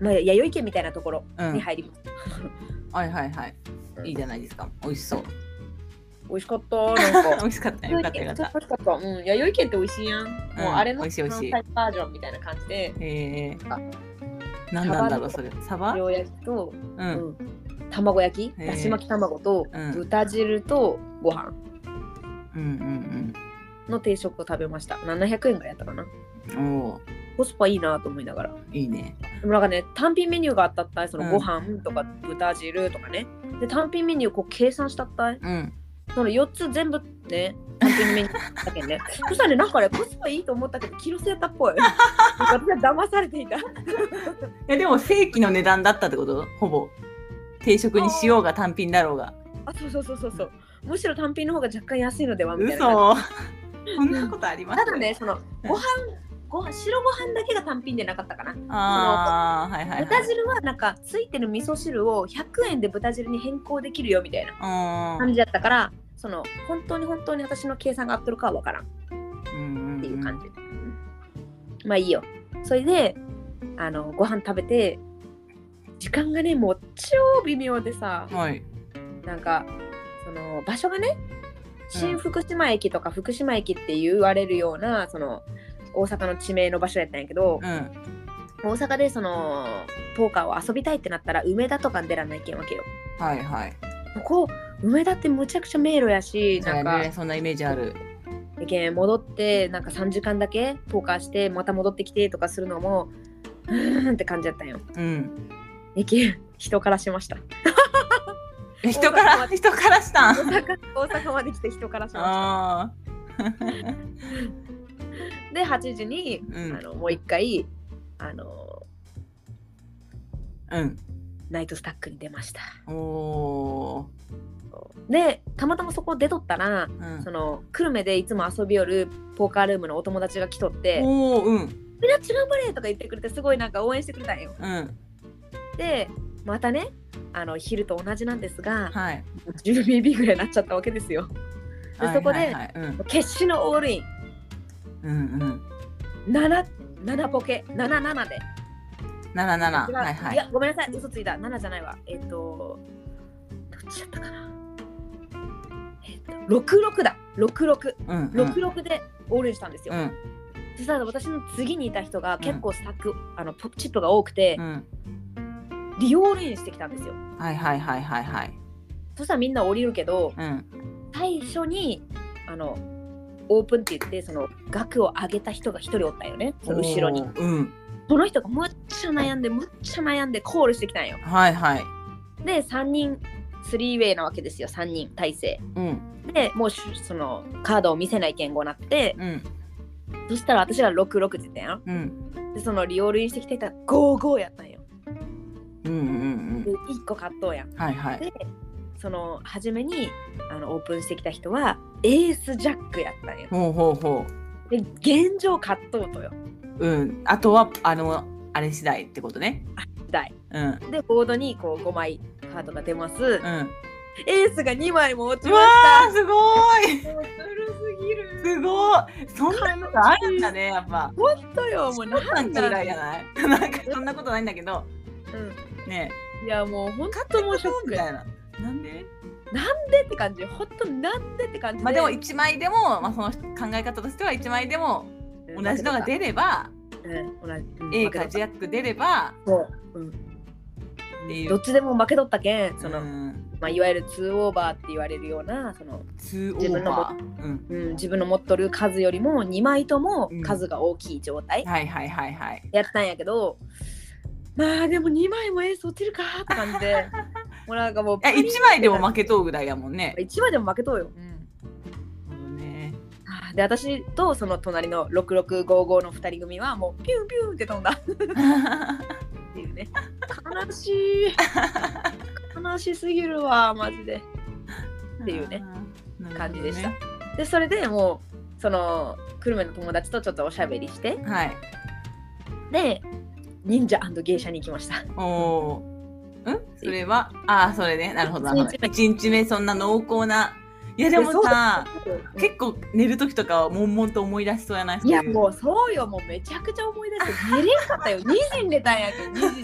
[SPEAKER 1] う、まあ、弥生県みたいなところ
[SPEAKER 2] うん
[SPEAKER 1] に入りました。
[SPEAKER 2] はいはいはいいいじゃないですか美味しそう
[SPEAKER 1] 美味しかったなんか
[SPEAKER 2] 美味しかった よかったよかった
[SPEAKER 1] 美味しかった。うん、弥生県って美味しいやん。もうあれの
[SPEAKER 2] 美味しい美味しい
[SPEAKER 1] 関西バージョンみたいな感じで、
[SPEAKER 2] えー、何なんだろうそれサバ
[SPEAKER 1] 両焼きと、
[SPEAKER 2] う
[SPEAKER 1] うんん、卵焼き、
[SPEAKER 2] へえ
[SPEAKER 1] だし巻き卵と、
[SPEAKER 2] うん
[SPEAKER 1] 豚汁とご飯
[SPEAKER 2] うん
[SPEAKER 1] の定食を食べました。700円ぐらいやったかな。
[SPEAKER 2] うんうんおお
[SPEAKER 1] コスパいいなと思いながら。
[SPEAKER 2] いいね
[SPEAKER 1] でもなんかね、単品メニューがあったったい、そ
[SPEAKER 2] うん
[SPEAKER 1] のご飯とか豚汁とかね。で、単品メニューこう計算したったい。
[SPEAKER 2] うん
[SPEAKER 1] その4つ全部ね、単品メニューだけ ね。そしたらね、なんかね、コスパいいと思ったけど、キロスやったっぽい。なんか私は騙されていた。
[SPEAKER 2] えでも正規の値段だったってことほぼ定食にしようが単品だろうが
[SPEAKER 1] あ、そうそうそうそうそう。むしろ単品の方が若干安いのではみたいな感
[SPEAKER 2] 嘘そんなことありま
[SPEAKER 1] じ。
[SPEAKER 2] す
[SPEAKER 1] ただね、そのご飯、ご飯白ご飯だけが単品でなかったかな。
[SPEAKER 2] ああはいはい、はい、
[SPEAKER 1] 豚汁はなんかついてる味噌汁を100円で豚汁に変更できるよみたいな
[SPEAKER 2] う
[SPEAKER 1] 感じだったから、その本当に本当に私の計算が合ってるかはわからんっ
[SPEAKER 2] ん
[SPEAKER 1] ていう感じ。まあいいよ。それで、あのご飯食べて、時間がね、もう超微妙でさ。
[SPEAKER 2] じはい
[SPEAKER 1] なんかその場所がね新福島駅とか福島駅って言われるような、その大阪の地名の場所やったんやけど、
[SPEAKER 2] うん
[SPEAKER 1] 大阪でそのポーカーを遊びたいってなったら梅田とかに出らんないけんわけよ。
[SPEAKER 2] はいはい
[SPEAKER 1] ここ梅田ってむちゃくちゃ迷路やし
[SPEAKER 2] そ
[SPEAKER 1] なん
[SPEAKER 2] うやね
[SPEAKER 1] か
[SPEAKER 2] そんなイメージある
[SPEAKER 1] でけん戻ってなんか3時間だけポーカーしてまた戻ってきてとかするのもうーんって感じやったんよ。
[SPEAKER 2] うん
[SPEAKER 1] でけん人からしました。
[SPEAKER 2] え人から人からした
[SPEAKER 1] 大
[SPEAKER 2] ん
[SPEAKER 1] 阪大阪まで来て人からしまし
[SPEAKER 2] あ
[SPEAKER 1] た。で8時に
[SPEAKER 2] ーう
[SPEAKER 1] あ
[SPEAKER 2] ん
[SPEAKER 1] のもう一回あの
[SPEAKER 2] うん
[SPEAKER 1] ナイトスタックに出ました
[SPEAKER 2] おお
[SPEAKER 1] でたまたまそこ出とったら
[SPEAKER 2] ーうん
[SPEAKER 1] その久留米でいつも遊びよるポーカールームのお友達が来とって
[SPEAKER 2] おおうん
[SPEAKER 1] 「みんな違うバレー!」とか言ってくれてすごいなんか応援してくれたんよ
[SPEAKER 2] うん
[SPEAKER 1] でまたねあの昼と同じなんですが
[SPEAKER 2] はい
[SPEAKER 1] 10 b b ぐらいになっちゃったわけですよでそこ
[SPEAKER 2] はい
[SPEAKER 1] で
[SPEAKER 2] はいはいうん
[SPEAKER 1] 決死のオールイン
[SPEAKER 2] うんうん
[SPEAKER 1] 7 7ポケ77で
[SPEAKER 2] 七七
[SPEAKER 1] 違う
[SPEAKER 2] はいはい
[SPEAKER 1] やごめんなさい嘘ついた7じゃないわえっ、とどっちだったかなえっ、と66だ66
[SPEAKER 2] うんうん
[SPEAKER 1] 66でオールインしたんですよ、
[SPEAKER 2] うん
[SPEAKER 1] 実は私の次にいた人が結構スタック、あのポップチップが多くて、
[SPEAKER 2] うん
[SPEAKER 1] リオールインしてきたんですよ
[SPEAKER 2] はいはいはいはいはい
[SPEAKER 1] そしたらみんな降りるけど
[SPEAKER 2] うん
[SPEAKER 1] 最初にあのオープンって言ってその額を上げた人が一人おったんよねその後ろに
[SPEAKER 2] おーうん
[SPEAKER 1] その人がむっちゃ悩んでむっちゃ悩んでコールしてきたんよ
[SPEAKER 2] はいはい
[SPEAKER 1] で3人スリーウェイなわけですよ3人体制
[SPEAKER 2] うん
[SPEAKER 1] でもうしそのカードを見せない言語になって
[SPEAKER 2] うん
[SPEAKER 1] そしたら私が66って言ったんよ
[SPEAKER 2] うん
[SPEAKER 1] でそのリオールインしてきてた55やったんよ
[SPEAKER 2] うんうん
[SPEAKER 1] で1個買っとうやん
[SPEAKER 2] うんはいはい
[SPEAKER 1] でその初めにあのオープンしてきた人はエースジャックやったんよ。
[SPEAKER 2] ほうほうほ
[SPEAKER 1] で現状買っとうとよ。
[SPEAKER 2] う。うん。あとは、あの、あれ次第ってことね。
[SPEAKER 1] 台
[SPEAKER 2] うん。うん。
[SPEAKER 1] でボードにこう5枚カードが出ます。
[SPEAKER 2] あ
[SPEAKER 1] エースが2枚も落ちま
[SPEAKER 2] ー、すごい。
[SPEAKER 1] した。もうずるすぎる。
[SPEAKER 2] すごい。そんなことあるんだね、やっぱ。
[SPEAKER 1] 本当よもう
[SPEAKER 2] な
[SPEAKER 1] なんん
[SPEAKER 2] か
[SPEAKER 1] だ
[SPEAKER 2] 以来じゃないなんかそんなことないんだけど、
[SPEAKER 1] う
[SPEAKER 2] ね
[SPEAKER 1] ん、いやもう本
[SPEAKER 2] え。
[SPEAKER 1] 当もうショック
[SPEAKER 2] み
[SPEAKER 1] やっ
[SPEAKER 2] たいな。なんで
[SPEAKER 1] てって感じ本当なんでって感じで,、
[SPEAKER 2] まあでも1枚でも、まあ、その考え方としては1枚でも
[SPEAKER 1] うん
[SPEAKER 2] 同じのが、出れば
[SPEAKER 1] うん、同じ、うん
[SPEAKER 2] A
[SPEAKER 1] 負けと
[SPEAKER 2] か
[SPEAKER 1] った
[SPEAKER 2] ジャック出れば
[SPEAKER 1] そう、うん、
[SPEAKER 2] っていう
[SPEAKER 1] どっちでも負けとったけんその、
[SPEAKER 2] うん
[SPEAKER 1] まあ、いわゆる2オーバーって言われるようなその、
[SPEAKER 2] 2オ
[SPEAKER 1] 自
[SPEAKER 2] ー
[SPEAKER 1] 分の
[SPEAKER 2] バー、うん、
[SPEAKER 1] うん、自分の持っとる数よりも2枚とも
[SPEAKER 2] うん
[SPEAKER 1] 数が大きい状態
[SPEAKER 2] はいはいはいはい
[SPEAKER 1] やったんやけど、まあでも2枚もエース落ちるかって感じ でもうなんかもう
[SPEAKER 2] いや1枚でも負けとうぐらいやもんね、
[SPEAKER 1] 1枚でも負けとうよ
[SPEAKER 2] うん、なるほどね
[SPEAKER 1] あーで私とその隣の6655の2人組はもうピュンピュンって飛んだっていうね悲しい悲しすぎるわマジでっていうね
[SPEAKER 2] なるほどね
[SPEAKER 1] 感じでしたでそれでもうその久留米の友達とちょっとおしゃべりして
[SPEAKER 2] はい
[SPEAKER 1] で忍者芸者に行きました
[SPEAKER 2] おおーんそれはああそれねなるほどなるほど1日目そんな濃厚ないやでもさ
[SPEAKER 1] うん
[SPEAKER 2] 結構寝る時とかは悶々と思い出しそうやない
[SPEAKER 1] いやもうそうよもうめちゃくちゃ思い出して寝れんかったよ2時に寝たんやけど2時に眠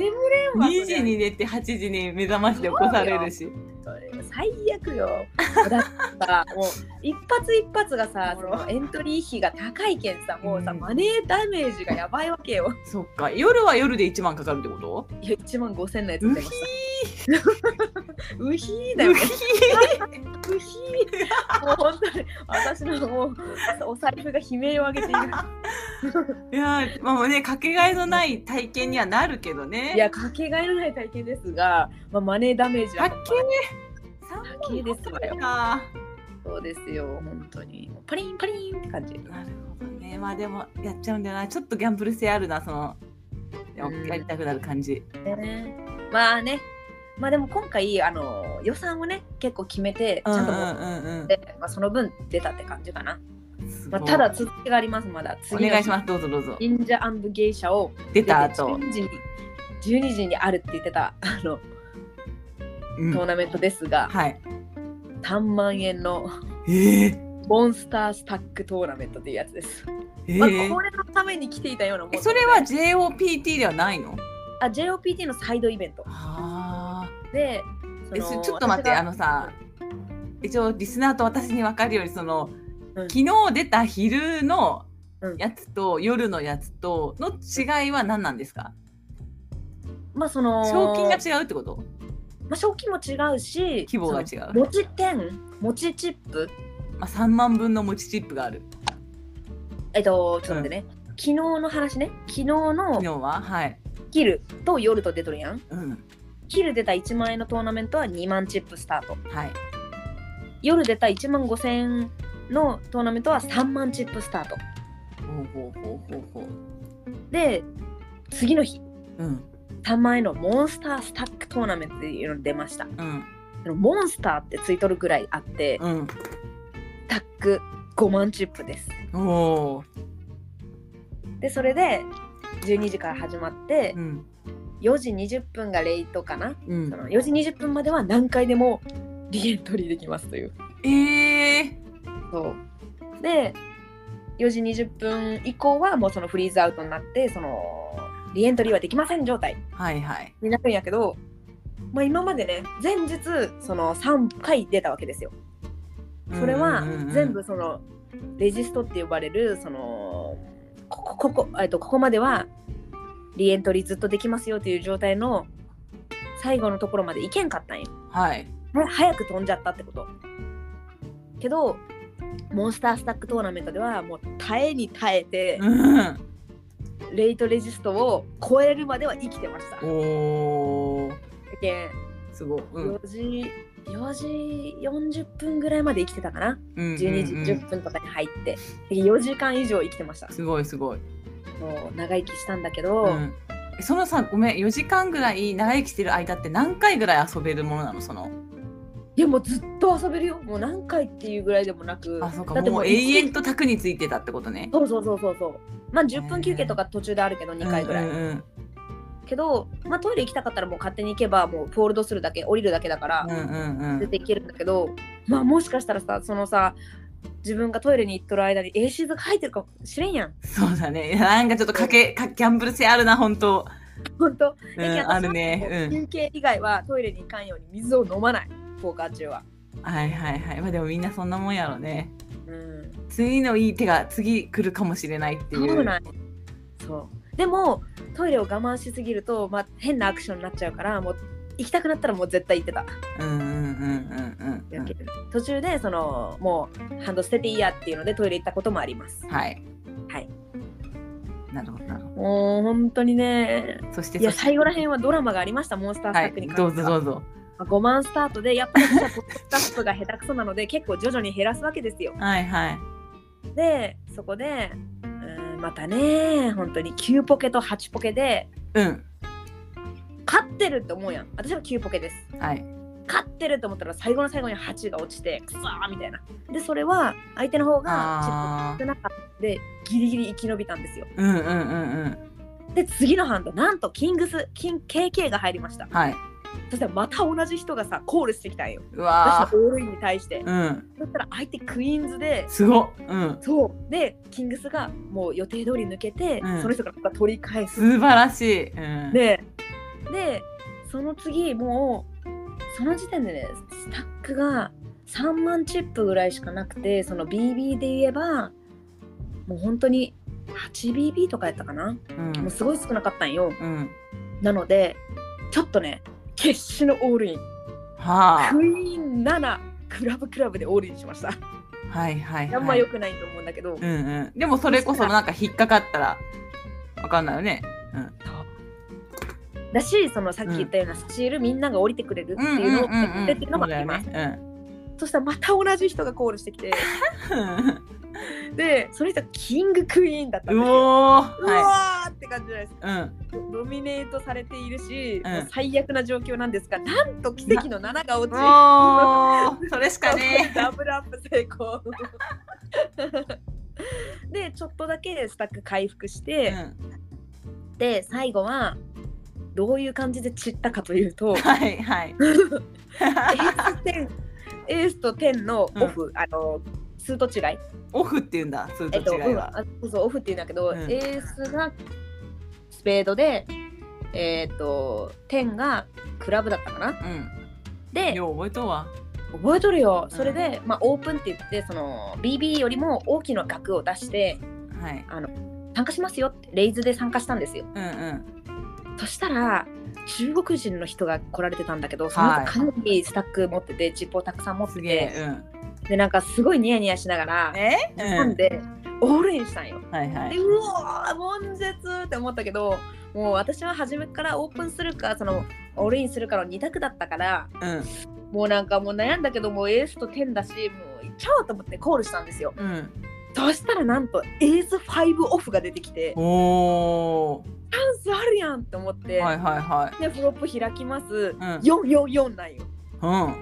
[SPEAKER 1] れんわそりゃ
[SPEAKER 2] 2時に寝て8時に目覚まして起こされるし
[SPEAKER 1] それ最悪よだったもう一発一発がさそのエントリー費が高いけんさもうさ、
[SPEAKER 2] うん
[SPEAKER 1] マネーダメージがやばいわけよ
[SPEAKER 2] そっか夜は夜で1万かかるってこと
[SPEAKER 1] いや1万5000のやつ
[SPEAKER 2] う
[SPEAKER 1] 出
[SPEAKER 2] ひ
[SPEAKER 1] ま
[SPEAKER 2] ー
[SPEAKER 1] した うひーだよ
[SPEAKER 2] う
[SPEAKER 1] ね
[SPEAKER 2] ひ
[SPEAKER 1] うひーもう本当に私のもうお財布が悲鳴を上げている
[SPEAKER 2] ー いやーまあもうねかけがえのない体験にはなるけどね
[SPEAKER 1] いやかけがえのない体験ですが、まあ、マネーダメージ
[SPEAKER 2] か
[SPEAKER 1] は
[SPEAKER 2] っ
[SPEAKER 1] けー
[SPEAKER 2] けー
[SPEAKER 1] ですわよ
[SPEAKER 2] な
[SPEAKER 1] そうですよ本当にパリンパリンって感じ
[SPEAKER 2] るほどねまあでもやっちゃうんだよなちょっとギャンブル性あるなそのや
[SPEAKER 1] うん
[SPEAKER 2] やりたくなる感じ
[SPEAKER 1] ねまあねまあでも今回あの予算をね結構決めてち
[SPEAKER 2] うんう
[SPEAKER 1] ゃん
[SPEAKER 2] ん
[SPEAKER 1] と
[SPEAKER 2] う
[SPEAKER 1] 持っ
[SPEAKER 2] ん
[SPEAKER 1] て、まあ、その分出たって感じかな、
[SPEAKER 2] うんす
[SPEAKER 1] ま
[SPEAKER 2] ごい
[SPEAKER 1] あ、ただ続きがありますまだ
[SPEAKER 2] お
[SPEAKER 1] 次
[SPEAKER 2] 願いしますすどうぞどうぞ
[SPEAKER 1] 忍者芸者を
[SPEAKER 2] 出
[SPEAKER 1] 出て
[SPEAKER 2] た後
[SPEAKER 1] 12時に12時にあるって言ってたあの
[SPEAKER 2] うん
[SPEAKER 1] トーナメントですが、
[SPEAKER 2] はい
[SPEAKER 1] 3万円の
[SPEAKER 2] えー
[SPEAKER 1] モンスタースタックトーナメントっていうやつです、
[SPEAKER 2] え
[SPEAKER 1] まあ、
[SPEAKER 2] ー
[SPEAKER 1] これのために来ていたようなもん
[SPEAKER 2] えそれは JOPT ではないの
[SPEAKER 1] あ JOPT のサイドイベント
[SPEAKER 2] あ
[SPEAKER 1] で
[SPEAKER 2] えそちょっと待ってあのさ一応リスナーと私に分かるようにその、
[SPEAKER 1] うん
[SPEAKER 2] 昨日出た昼の
[SPEAKER 1] うん
[SPEAKER 2] やつと夜のやつとの違いは何なんですか、
[SPEAKER 1] まあその
[SPEAKER 2] 賞金が違うってこと
[SPEAKER 1] まあ、賞金も違うし
[SPEAKER 2] 規模が違う
[SPEAKER 1] その持ち点持ちチップ
[SPEAKER 2] まあ、3万分の持ちチップがある
[SPEAKER 1] えっとちょっと待ってね、昨日の話ね昨日の
[SPEAKER 2] 昨日ははい、
[SPEAKER 1] キルと夜と出とるやん
[SPEAKER 2] うん
[SPEAKER 1] キル出た1万円のトーナメントは2万チップスタート
[SPEAKER 2] はい、
[SPEAKER 1] 夜出た1万5千円のトーナメントは3万チップスタート
[SPEAKER 2] ほうほうほうほうほう
[SPEAKER 1] で次の日
[SPEAKER 2] うん
[SPEAKER 1] 3万円のモンスタースタックトーナメントっていうのに出ました
[SPEAKER 2] うん
[SPEAKER 1] そのモンスターってついとるぐらいあって
[SPEAKER 2] うん
[SPEAKER 1] スタック5万チップです
[SPEAKER 2] おー
[SPEAKER 1] でそれで12時から始まって
[SPEAKER 2] うん
[SPEAKER 1] 4時20分がレイトかな
[SPEAKER 2] うん
[SPEAKER 1] その4時20分までは何回でもリエントリーできますという。
[SPEAKER 2] えー、
[SPEAKER 1] そうで4時20分以降はもうそのフリーズアウトになってそのリエントリーはできません状態
[SPEAKER 2] はいはい
[SPEAKER 1] になるんやけど、まあ、今までね前日その3回出たわけですよ。それは
[SPEAKER 2] うんうんうん
[SPEAKER 1] 全部そのレジストって呼ばれるそのここここ,、えっと、ここまではリエントリーずっとできますよという状態の最後のところまでいけんかったんよ。
[SPEAKER 2] はい
[SPEAKER 1] は早く飛んじゃったってことけどモンスタースタックトーナメントではもう耐えに耐えて、
[SPEAKER 2] うん
[SPEAKER 1] レイトレジストを超えるまでは生きてましただ
[SPEAKER 2] おー
[SPEAKER 1] けん
[SPEAKER 2] すごい、うん
[SPEAKER 1] 4時4時40分ぐらいまで生きてたかな
[SPEAKER 2] うん
[SPEAKER 1] 12時
[SPEAKER 2] うんうん
[SPEAKER 1] 10分とかに入って、4時間以上生きてました
[SPEAKER 2] すごいすごい。
[SPEAKER 1] もう長生きしたんだけど、
[SPEAKER 2] うんえそのさごめん4時間ぐらい長生きしてる間って何回ぐらい遊べるものなのその
[SPEAKER 1] いやもうずっと遊べるよもう何回っていうぐらいでもなく
[SPEAKER 2] あそうか
[SPEAKER 1] だって
[SPEAKER 2] もう
[SPEAKER 1] う
[SPEAKER 2] 永遠と卓についてたってことね
[SPEAKER 1] そうそうそうそうそうまあ10分休憩とか途中であるけど2回ぐらい、
[SPEAKER 2] うんうんうん
[SPEAKER 1] けど、まあ、トイレ行きたかったらもう勝手に行けばもうフォールドするだけ降りるだけだから
[SPEAKER 2] うんうんう
[SPEAKER 1] 出
[SPEAKER 2] ん
[SPEAKER 1] て行けるんだけど、まあもしかしたらさそのさ自分がトイレに行っとる間に A シーズが入ってるかもしれんやん
[SPEAKER 2] そうだねなんかちょっとかけかギャンブル性あるな本当
[SPEAKER 1] 本当
[SPEAKER 2] うん
[SPEAKER 1] だけど
[SPEAKER 2] あるねう
[SPEAKER 1] 休
[SPEAKER 2] ん
[SPEAKER 1] 憩以外はトイレに行かんように水を飲まないポーカー中は、
[SPEAKER 2] はいはいはいまあでもみんなそんなもんやろね
[SPEAKER 1] うん、
[SPEAKER 2] 次のいい手が次来るかもしれないっていう
[SPEAKER 1] そうなんそうでもトイレを我慢しすぎると、まあ、変なアクションになっちゃうからもう行きたくなったらもう絶対行ってた、
[SPEAKER 2] うんうんうんうんうん
[SPEAKER 1] 途中でそのもうハンド捨てていいやっていうのでトイレ行ったこともあります
[SPEAKER 2] はい
[SPEAKER 1] はい
[SPEAKER 2] なるほどなるほ
[SPEAKER 1] もう本当にね
[SPEAKER 2] どそして
[SPEAKER 1] いや
[SPEAKER 2] そして
[SPEAKER 1] 最後らへんはドラマがありましたモンスタースタ
[SPEAKER 2] は
[SPEAKER 1] ッ
[SPEAKER 2] い
[SPEAKER 1] フに
[SPEAKER 2] ど
[SPEAKER 1] 関
[SPEAKER 2] う
[SPEAKER 1] して
[SPEAKER 2] ぞ
[SPEAKER 1] は、
[SPEAKER 2] どうぞ
[SPEAKER 1] 5万スタートでやっぱり私はポッドスタッフが下手くそなので結構徐々に減らすわけですよ
[SPEAKER 2] はいはい
[SPEAKER 1] でそこでうーんまたね本当に9ポケと8ポケで
[SPEAKER 2] うん
[SPEAKER 1] 勝ってるって思うやん私は9ポケです
[SPEAKER 2] はい
[SPEAKER 1] 勝ってると思ったら最後の最後に8が落ちてくそーみたいなでそれは相手の方がチップ
[SPEAKER 2] あ
[SPEAKER 1] 少なかったのでギリギリ生き延びたんですよ
[SPEAKER 2] ーうんうんうんうん
[SPEAKER 1] で次のハンドなんとキングスキン KK が入りました
[SPEAKER 2] はい
[SPEAKER 1] そしたらまた同じ人がさコールしてきたんよ
[SPEAKER 2] う
[SPEAKER 1] 私
[SPEAKER 2] わ
[SPEAKER 1] のオールインに対して
[SPEAKER 2] ーうん
[SPEAKER 1] そしたら相手クイーンズです
[SPEAKER 2] ごっうん
[SPEAKER 1] そうでキングスがもう予定通り抜けて、
[SPEAKER 2] うん
[SPEAKER 1] その人がまた取り返す
[SPEAKER 2] 素晴らしい、うん、
[SPEAKER 1] ででその次もうその時点でねスタックが3万チップぐらいしかなくてその BB で言えばもう本当に 8BB とかやったかな
[SPEAKER 2] うん
[SPEAKER 1] もうすごい少なかったんよ
[SPEAKER 2] うん
[SPEAKER 1] なのでちょっとね決死のオールイン
[SPEAKER 2] はあ
[SPEAKER 1] クイーン7クラブクラブでオールインしました
[SPEAKER 2] はいはい
[SPEAKER 1] あんま
[SPEAKER 2] はい
[SPEAKER 1] 良くないと思うんだけど、
[SPEAKER 2] うんうんでもそれこそなんか引っかかったらわかんないよね
[SPEAKER 1] だしそのさっき言ったようなスチール、みんなが降りてくれるって
[SPEAKER 2] うん
[SPEAKER 1] いううんのを
[SPEAKER 2] うん
[SPEAKER 1] 言
[SPEAKER 2] う
[SPEAKER 1] っ
[SPEAKER 2] ん
[SPEAKER 1] てっていうのもあります、そしたらまた同じ人がコールしてきて
[SPEAKER 2] う
[SPEAKER 1] でその人はキングクイーンだったん
[SPEAKER 2] んう
[SPEAKER 1] ですよ
[SPEAKER 2] お
[SPEAKER 1] う
[SPEAKER 2] ー
[SPEAKER 1] わー,、
[SPEAKER 2] は
[SPEAKER 1] って感じじゃないですか
[SPEAKER 2] いうん
[SPEAKER 1] ドミネートされているし、
[SPEAKER 2] うん
[SPEAKER 1] もう最悪な状況なんですがなんと奇跡の7が落
[SPEAKER 2] お
[SPEAKER 1] ち
[SPEAKER 2] ーそれしかね
[SPEAKER 1] ダブルアップ成功 でちょっとだけスタック回復して、
[SPEAKER 2] うん
[SPEAKER 1] で最後はどういう感じで散ったかという と
[SPEAKER 2] はいは
[SPEAKER 1] エ
[SPEAKER 2] い
[SPEAKER 1] ース点エースと10のオフ、あの数と違い、
[SPEAKER 2] オフっていうんだそういう
[SPEAKER 1] えっと、
[SPEAKER 2] と
[SPEAKER 1] うん
[SPEAKER 2] 違いは
[SPEAKER 1] あそうそうオフっていうんだけど、
[SPEAKER 2] うん
[SPEAKER 1] エースがスペードで、えっと10がクラブだったかな。
[SPEAKER 2] うん
[SPEAKER 1] で
[SPEAKER 2] よう覚えとうわ
[SPEAKER 1] 覚えとるよ。
[SPEAKER 2] うん
[SPEAKER 1] それで、まあ、オープンって言ってその BB よりも大きな額を出して
[SPEAKER 2] はい
[SPEAKER 1] 参加しますよってレイズで参加したんですよ。
[SPEAKER 2] うんうん
[SPEAKER 1] そしたら中国人の人が来られてたんだけどその
[SPEAKER 2] はい
[SPEAKER 1] 子かなりスタック持っててチップをたくさん持っ
[SPEAKER 2] す
[SPEAKER 1] て
[SPEAKER 2] げ
[SPEAKER 1] て
[SPEAKER 2] えうん
[SPEAKER 1] でなんかすごいニヤニヤしながら。
[SPEAKER 2] え
[SPEAKER 1] な
[SPEAKER 2] うんん
[SPEAKER 1] でオールインしたんよ。
[SPEAKER 2] はいは
[SPEAKER 1] で
[SPEAKER 2] いう
[SPEAKER 1] わー悶絶って思ったけどもう私は初めからオープンするかそのオールインするかの2択だったから
[SPEAKER 2] うん
[SPEAKER 1] もうなんかもう悩んだけどもうエースと10だしもう行っちゃおうと思ってコールしたんですよ
[SPEAKER 2] うん
[SPEAKER 1] そしたらなんとエース5オフが出てきて
[SPEAKER 2] おー
[SPEAKER 1] チャンスあるやんって思って、
[SPEAKER 2] はいはいは
[SPEAKER 1] でフロップ開きます
[SPEAKER 2] い
[SPEAKER 1] 444なんよ
[SPEAKER 2] うんうん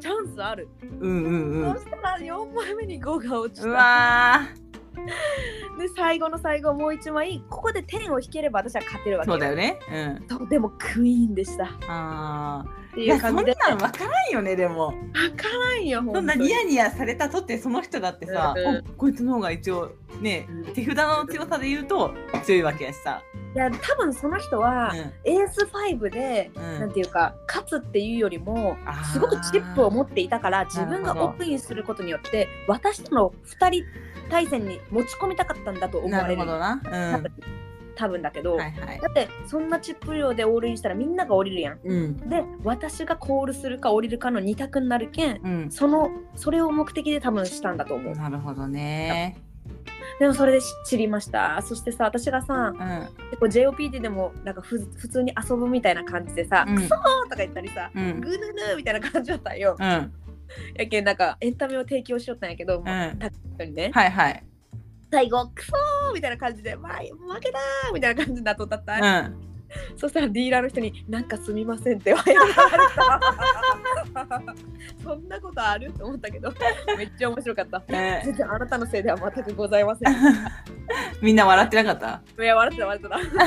[SPEAKER 1] チャンスある、
[SPEAKER 2] うんうんうん
[SPEAKER 1] そしたら4枚目に5が落ち
[SPEAKER 2] う
[SPEAKER 1] た
[SPEAKER 2] わ
[SPEAKER 1] で最後の最後もう1枚ここで10を引ければ私は勝てるわ
[SPEAKER 2] ー
[SPEAKER 1] け
[SPEAKER 2] そうだよね。うん。
[SPEAKER 1] そうでもクイーンでしたっ
[SPEAKER 2] ああ。
[SPEAKER 1] て
[SPEAKER 2] い
[SPEAKER 1] い
[SPEAKER 2] や
[SPEAKER 1] う
[SPEAKER 2] そん
[SPEAKER 1] 感
[SPEAKER 2] な
[SPEAKER 1] じ
[SPEAKER 2] ん
[SPEAKER 1] で
[SPEAKER 2] 分からんよねでも。
[SPEAKER 1] わからんよ、ほ
[SPEAKER 2] そんなニヤニヤされたとってその人だってさ、
[SPEAKER 1] うん
[SPEAKER 2] おこいつの方が一応ね
[SPEAKER 1] うん
[SPEAKER 2] 手札の強さで言うと強いわけやしさ。
[SPEAKER 1] いや、多分その人は、エース5で、
[SPEAKER 2] うんう
[SPEAKER 1] なん
[SPEAKER 2] ん。
[SPEAKER 1] ていうか、勝つっていうよりも
[SPEAKER 2] あー、
[SPEAKER 1] すごくチップを持っていたから、自分
[SPEAKER 2] な
[SPEAKER 1] が
[SPEAKER 2] るほど
[SPEAKER 1] オープンインすることによって、私との2人対戦に持ち込みたかったんだと思
[SPEAKER 2] な
[SPEAKER 1] われ
[SPEAKER 2] るほ
[SPEAKER 1] る。
[SPEAKER 2] どな。うん。
[SPEAKER 1] 多分多分だけど、
[SPEAKER 2] はいはい。
[SPEAKER 1] だって、そんなチップ量でオールインしたらみんなが降りるやん。
[SPEAKER 2] うん
[SPEAKER 1] で、私がコールするか降りるかの2択になるけん、
[SPEAKER 2] うん。
[SPEAKER 1] その、それを目的で多分したんだと思う。
[SPEAKER 2] なるほどね。
[SPEAKER 1] でもそれで知りました。そしてさ、私がさ、
[SPEAKER 2] うんうん
[SPEAKER 1] 結構 JOPD でもなんかふ普通に遊ぶみたいな感じでさ「
[SPEAKER 2] うん
[SPEAKER 1] クソ!」とか言ったりさ
[SPEAKER 2] う
[SPEAKER 1] 「
[SPEAKER 2] ん
[SPEAKER 1] グヌヌ!」みたいな感じだったんよ。
[SPEAKER 2] うん。
[SPEAKER 1] やけんなんかエンタメを提供しよったんやけど、もう
[SPEAKER 2] うん
[SPEAKER 1] たくさんにね、
[SPEAKER 2] はいはい。
[SPEAKER 1] 最後「クソ!」みたいな感じで「まあ負けた!」みたいな感じになっとったった
[SPEAKER 2] うん。
[SPEAKER 1] そしたらディーラーの人に「なんかすみません」って謝ら れたそんなことあると思ったけどめっちゃ面白かった
[SPEAKER 2] ね
[SPEAKER 1] 全然あなたのせいでは全くございませ ん
[SPEAKER 2] みんな笑ってなかった
[SPEAKER 1] いや笑ってた笑ってた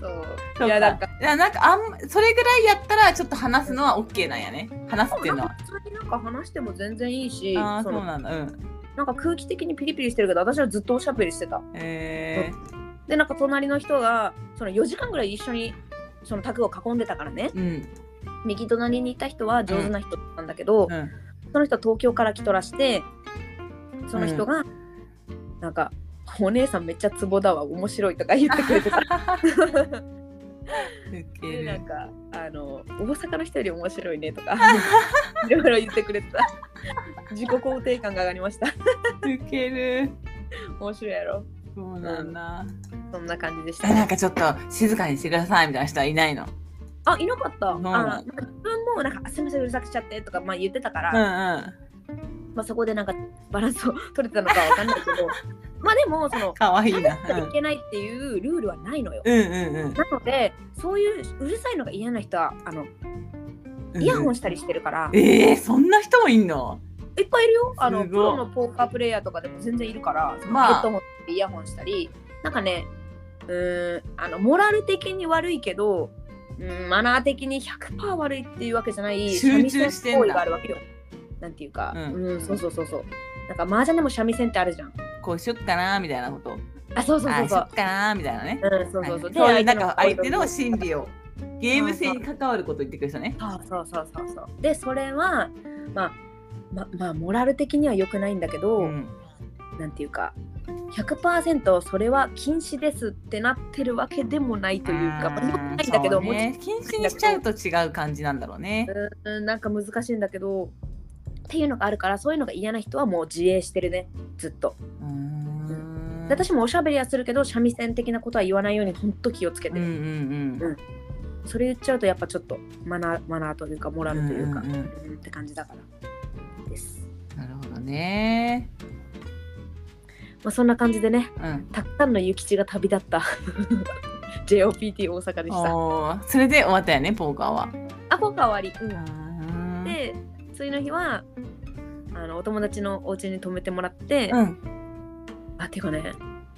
[SPEAKER 1] そう いやなんか
[SPEAKER 2] いやなんかあんまそれぐらいやったらちょっと話すのは OK なんやね話すっていうのは
[SPEAKER 1] 普通になんか話しても全然いいし
[SPEAKER 2] ああ
[SPEAKER 1] そ
[SPEAKER 2] そう
[SPEAKER 1] の
[SPEAKER 2] なんだうん
[SPEAKER 1] なんか空気的にピリピリしてるけど私はずっとおしゃべりしてた
[SPEAKER 2] え
[SPEAKER 1] でなんか隣の人がその4時間ぐらい一緒にその卓を囲んでたからね
[SPEAKER 2] ー、うん
[SPEAKER 1] 右隣にいた人は上手な人なんだけど、
[SPEAKER 2] うん
[SPEAKER 1] その人は東京から来とらしてその人が、なんか「お姉さんめっちゃツボだわ面白い」とか言ってくれて た
[SPEAKER 2] ウケ
[SPEAKER 1] でなん
[SPEAKER 2] る
[SPEAKER 1] かあの「大阪の人より面白いね」と かいろいろ言ってくれてた自己肯定感が上がりました
[SPEAKER 2] ウケる
[SPEAKER 1] 面白いやろ
[SPEAKER 2] そうなんだ
[SPEAKER 1] そんな感じでし
[SPEAKER 2] えな
[SPEAKER 1] た
[SPEAKER 2] んかちょっと静かにしてくださいみたいな人はいないの
[SPEAKER 1] あいなかったあ
[SPEAKER 2] そうな
[SPEAKER 1] なんんか自分もなんか「すみませんうるさくしちゃって」とか、まあ、言ってたから、
[SPEAKER 2] うんうん
[SPEAKER 1] まあ、そこでなんかバランスを取れてたのかわかんないけど まあでもその
[SPEAKER 2] かわいい
[SPEAKER 1] 食べな
[SPEAKER 2] な
[SPEAKER 1] きゃいけないっていうルールはないのよ。
[SPEAKER 2] うんうんうん
[SPEAKER 1] なのでそういううるさいのが嫌な人はあの
[SPEAKER 2] うん
[SPEAKER 1] イヤホンしたりしてるから、
[SPEAKER 2] えー、そんな人もいんの
[SPEAKER 1] いっぱいいるよあの
[SPEAKER 2] すごい
[SPEAKER 1] プロのポーカープレイヤーとかでも全然いるからその
[SPEAKER 2] ま
[SPEAKER 1] ヘ
[SPEAKER 2] あ
[SPEAKER 1] ッドホンしてイヤホンしたりなんかねうーんあのモラル的に悪いけどうーんマナー的に100%悪いっていうわけじゃない
[SPEAKER 2] 集中してん
[SPEAKER 1] 三
[SPEAKER 2] だ
[SPEAKER 1] 味線行為があるわけよ。なんていうか、
[SPEAKER 2] う
[SPEAKER 1] うんん、そうそうそうそうなんか麻雀でも三味線ってあるじゃん。
[SPEAKER 2] こうしよっかなーみたいなこと
[SPEAKER 1] あそうそう
[SPEAKER 2] あ
[SPEAKER 1] そ
[SPEAKER 2] あ
[SPEAKER 1] う
[SPEAKER 2] し
[SPEAKER 1] そ
[SPEAKER 2] よ
[SPEAKER 1] う
[SPEAKER 2] っ。かなーみたいなね
[SPEAKER 1] うん、そうそうそう。で
[SPEAKER 2] はいはいそういうなんか相手の
[SPEAKER 1] そう
[SPEAKER 2] 心理をゲーム性に関わることを言ってくれる人ね
[SPEAKER 1] そうそうそうそう。で、それは、まあ、ままあ、モラル的には良くないんだけど、
[SPEAKER 2] うん
[SPEAKER 1] なんていうか、100%それは禁止ですってなってるわけでもないというか、
[SPEAKER 2] あ
[SPEAKER 1] まあ
[SPEAKER 2] ー
[SPEAKER 1] 良くないんだけど、
[SPEAKER 2] そうね、禁止にしちゃうと違う感じなんだろうね
[SPEAKER 1] もちろんうんなんか難しいんだけど、っていうのがあるから、そういうのが嫌な人はもう自衛してるね、ずっと。
[SPEAKER 2] うーん
[SPEAKER 1] で私もおしゃべりはするけど、三味線的なことは言わないように、ほんと気をつけ
[SPEAKER 2] うん
[SPEAKER 1] て
[SPEAKER 2] う
[SPEAKER 1] る。
[SPEAKER 2] んうん
[SPEAKER 1] それ言っちゃうと、やっぱちょっとマナーマナーというか、モラルというか、
[SPEAKER 2] うんうんうん
[SPEAKER 1] うんって感じだから。です。
[SPEAKER 2] なるほどね
[SPEAKER 1] まあ、そんな感じでね、
[SPEAKER 2] うん
[SPEAKER 1] たくさんの諭吉が旅立った JOPT 大阪でした。
[SPEAKER 2] おーそれで終わったよねポーカーは
[SPEAKER 1] あ、今回終わり。
[SPEAKER 2] うー
[SPEAKER 1] うんん、で、次の日はあのお友達のお家に泊めてもらって、
[SPEAKER 2] うん
[SPEAKER 1] あ、てかね、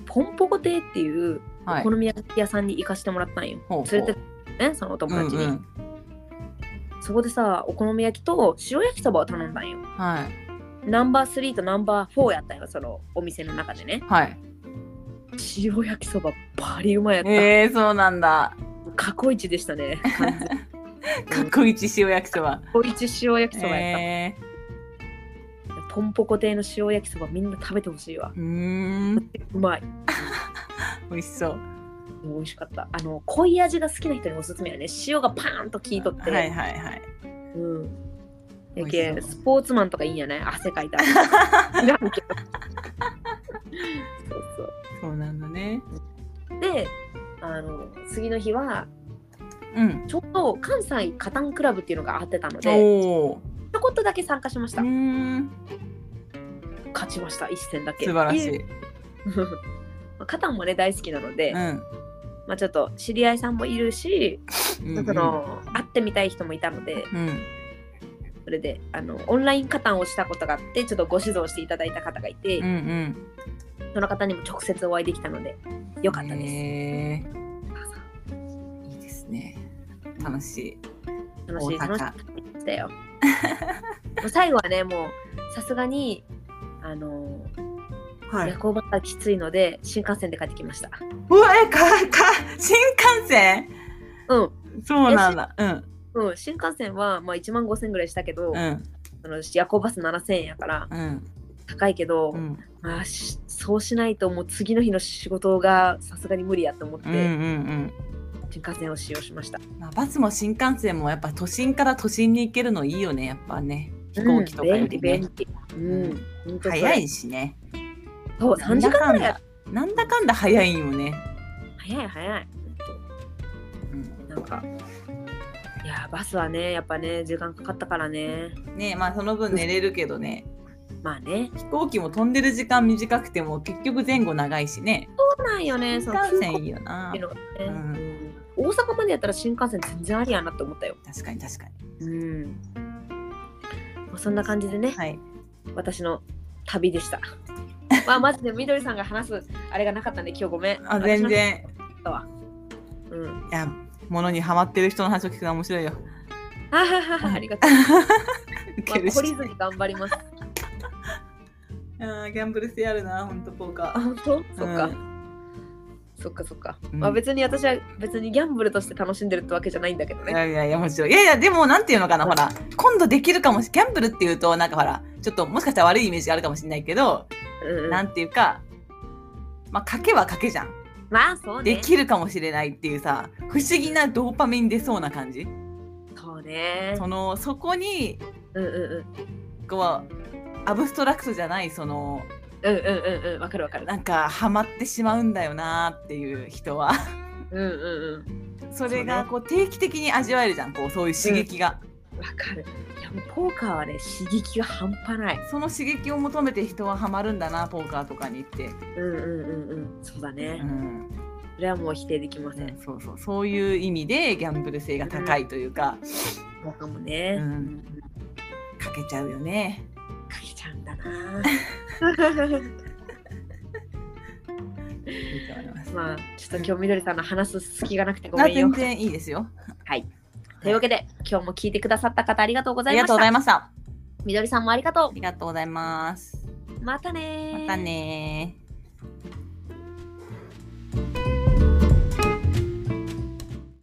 [SPEAKER 1] ポンポコ亭っていう
[SPEAKER 2] は
[SPEAKER 1] お
[SPEAKER 2] い
[SPEAKER 1] 好み焼き屋さんに行かしてもらったんよ。
[SPEAKER 2] ほうほう
[SPEAKER 1] 連れてね、そのお友達に、
[SPEAKER 2] うんうん
[SPEAKER 1] そこでさ、お好み焼きと塩焼きそばを頼んだんよ。
[SPEAKER 2] はい
[SPEAKER 1] ナンバー3とナンバー4やったんよ、そのお店の中でね。
[SPEAKER 2] はい
[SPEAKER 1] 塩焼きそばバリうまいやった。
[SPEAKER 2] えー、そうなんだ
[SPEAKER 1] 過去一でしたね。完全に
[SPEAKER 2] かっこいい塩焼きそば、
[SPEAKER 1] 過去一塩焼きそばやった。
[SPEAKER 2] え
[SPEAKER 1] ポンポコ亭の塩焼きそばみんな食べてほしいわ
[SPEAKER 2] ー、うーん
[SPEAKER 1] うまい
[SPEAKER 2] 美味しそう
[SPEAKER 1] 美味しかったあの濃い味が好きな人におすすめやね塩がパーンと効いとって、
[SPEAKER 2] はいは いはい
[SPEAKER 1] うん
[SPEAKER 2] 美
[SPEAKER 1] や
[SPEAKER 2] 味しそう
[SPEAKER 1] けスポーツマンとかいいんやね汗かいたら いらんけどそう
[SPEAKER 2] そうなんだね
[SPEAKER 1] そうであの次の日は
[SPEAKER 2] うん
[SPEAKER 1] ちょうど関西カタンクラブっていうのがあってたので
[SPEAKER 2] おお
[SPEAKER 1] ちょこっとだけ参加しまし
[SPEAKER 2] う
[SPEAKER 1] た
[SPEAKER 2] ーん
[SPEAKER 1] 勝ちました一戦だけ
[SPEAKER 2] 素晴らし
[SPEAKER 1] い
[SPEAKER 2] い
[SPEAKER 1] え まあカタンもね大好きなので、
[SPEAKER 2] うん
[SPEAKER 1] まあちょっと知り合いさんもいるし
[SPEAKER 2] うんう
[SPEAKER 1] そ
[SPEAKER 2] ん
[SPEAKER 1] の会ってみたい人もいたので
[SPEAKER 2] うん
[SPEAKER 1] それであのオンライン加担をしたことがあってちょっとご指導していただいた方がいて、
[SPEAKER 2] うんうん
[SPEAKER 1] その方にも直接お会いできたのでよかったです、
[SPEAKER 2] へーいいですね楽しい
[SPEAKER 1] 楽しい
[SPEAKER 2] 大阪
[SPEAKER 1] 楽しいでしたよ もう最後はねもうさすがにあの、
[SPEAKER 2] は
[SPEAKER 1] 夜行バスはきついので新幹線で帰ってきました
[SPEAKER 2] うわえかか新幹線
[SPEAKER 1] うん
[SPEAKER 2] そうなんだうん
[SPEAKER 1] うん、新幹線は、まあ、1万5000円ぐらいしたけど、
[SPEAKER 2] うん
[SPEAKER 1] その夜行バス7000円やから
[SPEAKER 2] うん
[SPEAKER 1] 高いけど、
[SPEAKER 2] うん
[SPEAKER 1] まあ、しそうしないともう次の日の仕事がさすがに無理やと思って、
[SPEAKER 2] うんうん
[SPEAKER 1] 新幹線を使用しました
[SPEAKER 2] うんまあバスも新幹線もやっぱ都心から都心に行けるのいいよねやっぱね飛行機とかより
[SPEAKER 1] う
[SPEAKER 2] ね
[SPEAKER 1] ん、便利便利うん、本当それ
[SPEAKER 2] 早いしね
[SPEAKER 1] そう3時間ぐらい
[SPEAKER 2] なんだかんだ早いんよね
[SPEAKER 1] 早い早い
[SPEAKER 2] うん
[SPEAKER 1] なんかいやーバスはねやっぱね時間かかったからね
[SPEAKER 2] ねまあその分寝れるけどね
[SPEAKER 1] まあね。
[SPEAKER 2] 飛行機も飛んでる時間短くても結局前後長いしね
[SPEAKER 1] そうなんよね。
[SPEAKER 2] 新
[SPEAKER 1] その
[SPEAKER 2] 幹線
[SPEAKER 1] 空港
[SPEAKER 2] いいよな
[SPEAKER 1] っていうのがね
[SPEAKER 2] うん
[SPEAKER 1] 大阪までやったら新幹線全然ありやなって思ったよ。
[SPEAKER 2] 確かに確かに
[SPEAKER 1] うん。まあそんな感じでね、
[SPEAKER 2] はい
[SPEAKER 1] 私の旅で した。まあマジでみどりさんが話すあれがなかったんで今日ごめん。
[SPEAKER 2] あ全然
[SPEAKER 1] 私の話だわ。うん。
[SPEAKER 2] いや物にハマってる人の話を聞くのは 面白いよ
[SPEAKER 1] あはははありがと う。
[SPEAKER 2] ウ
[SPEAKER 1] まあ
[SPEAKER 2] ケるし
[SPEAKER 1] 懲りずに頑張ります。
[SPEAKER 2] あーギャンブル性あるな本当ポー
[SPEAKER 1] あ
[SPEAKER 2] カ
[SPEAKER 1] 本当？ そっ
[SPEAKER 2] ー
[SPEAKER 1] か。
[SPEAKER 2] うん
[SPEAKER 1] そっかそっか、
[SPEAKER 2] うん
[SPEAKER 1] まあ別に私は別にギャンブルとして楽しんでるってわけじゃないんだけど
[SPEAKER 2] い
[SPEAKER 1] ね。
[SPEAKER 2] やいやいやもちろんいやいやでもなんていうのかなほら今度できるかもしギャンブルっていうとなんかほらちょっともしかしたら悪いイメージがあるかもしれないけど
[SPEAKER 1] うんうん、
[SPEAKER 2] なんていうか、まあ、賭けは賭けじゃん。
[SPEAKER 1] まあそうね。
[SPEAKER 2] できるかもしれないっていうさ、不思議なドーパミン出そうな感じ。
[SPEAKER 1] そうね。
[SPEAKER 2] その、そこに、
[SPEAKER 1] うんうんうん。
[SPEAKER 2] こう、アブストラクトじゃない、その、
[SPEAKER 1] うんうんうんうん。わかるわかる。
[SPEAKER 2] なんか、ハマってしまうんだよなっていう人 は。
[SPEAKER 1] うんうん
[SPEAKER 2] それ
[SPEAKER 1] そう
[SPEAKER 2] が、
[SPEAKER 1] ね
[SPEAKER 2] こう、定期的に味わえるじゃん、こう、そういう刺激が。
[SPEAKER 1] うん。わかる。いやもうポーカーはね刺激が半端ない。
[SPEAKER 2] その刺激を求めて人はハマるんだな、ポーカーとかに行って。
[SPEAKER 1] うんうんうんうん。そうだ
[SPEAKER 2] う
[SPEAKER 1] ね。
[SPEAKER 2] ん。
[SPEAKER 1] それはもう否定できませ
[SPEAKER 2] ね
[SPEAKER 1] ん。
[SPEAKER 2] そうそう、そういう意味で、ギャンブル性が高いというか、
[SPEAKER 1] 僕もね。
[SPEAKER 2] うん
[SPEAKER 1] うん
[SPEAKER 2] 賭けちゃうよね。
[SPEAKER 1] かけちゃうんだな。
[SPEAKER 2] いいと思いま す。
[SPEAKER 1] まあちょっと今日みどりさんの話す隙がなくてご
[SPEAKER 2] あ
[SPEAKER 1] めんよ
[SPEAKER 2] 全。然いいですよ。
[SPEAKER 1] というわけで今日も聞いてくださった方ありがとうござ
[SPEAKER 2] あ
[SPEAKER 1] い
[SPEAKER 2] り
[SPEAKER 1] まし
[SPEAKER 2] が
[SPEAKER 1] た。
[SPEAKER 2] とうございました。
[SPEAKER 1] みどりさんもありがと
[SPEAKER 2] ありがとうございます。
[SPEAKER 1] う。またねー
[SPEAKER 2] またねー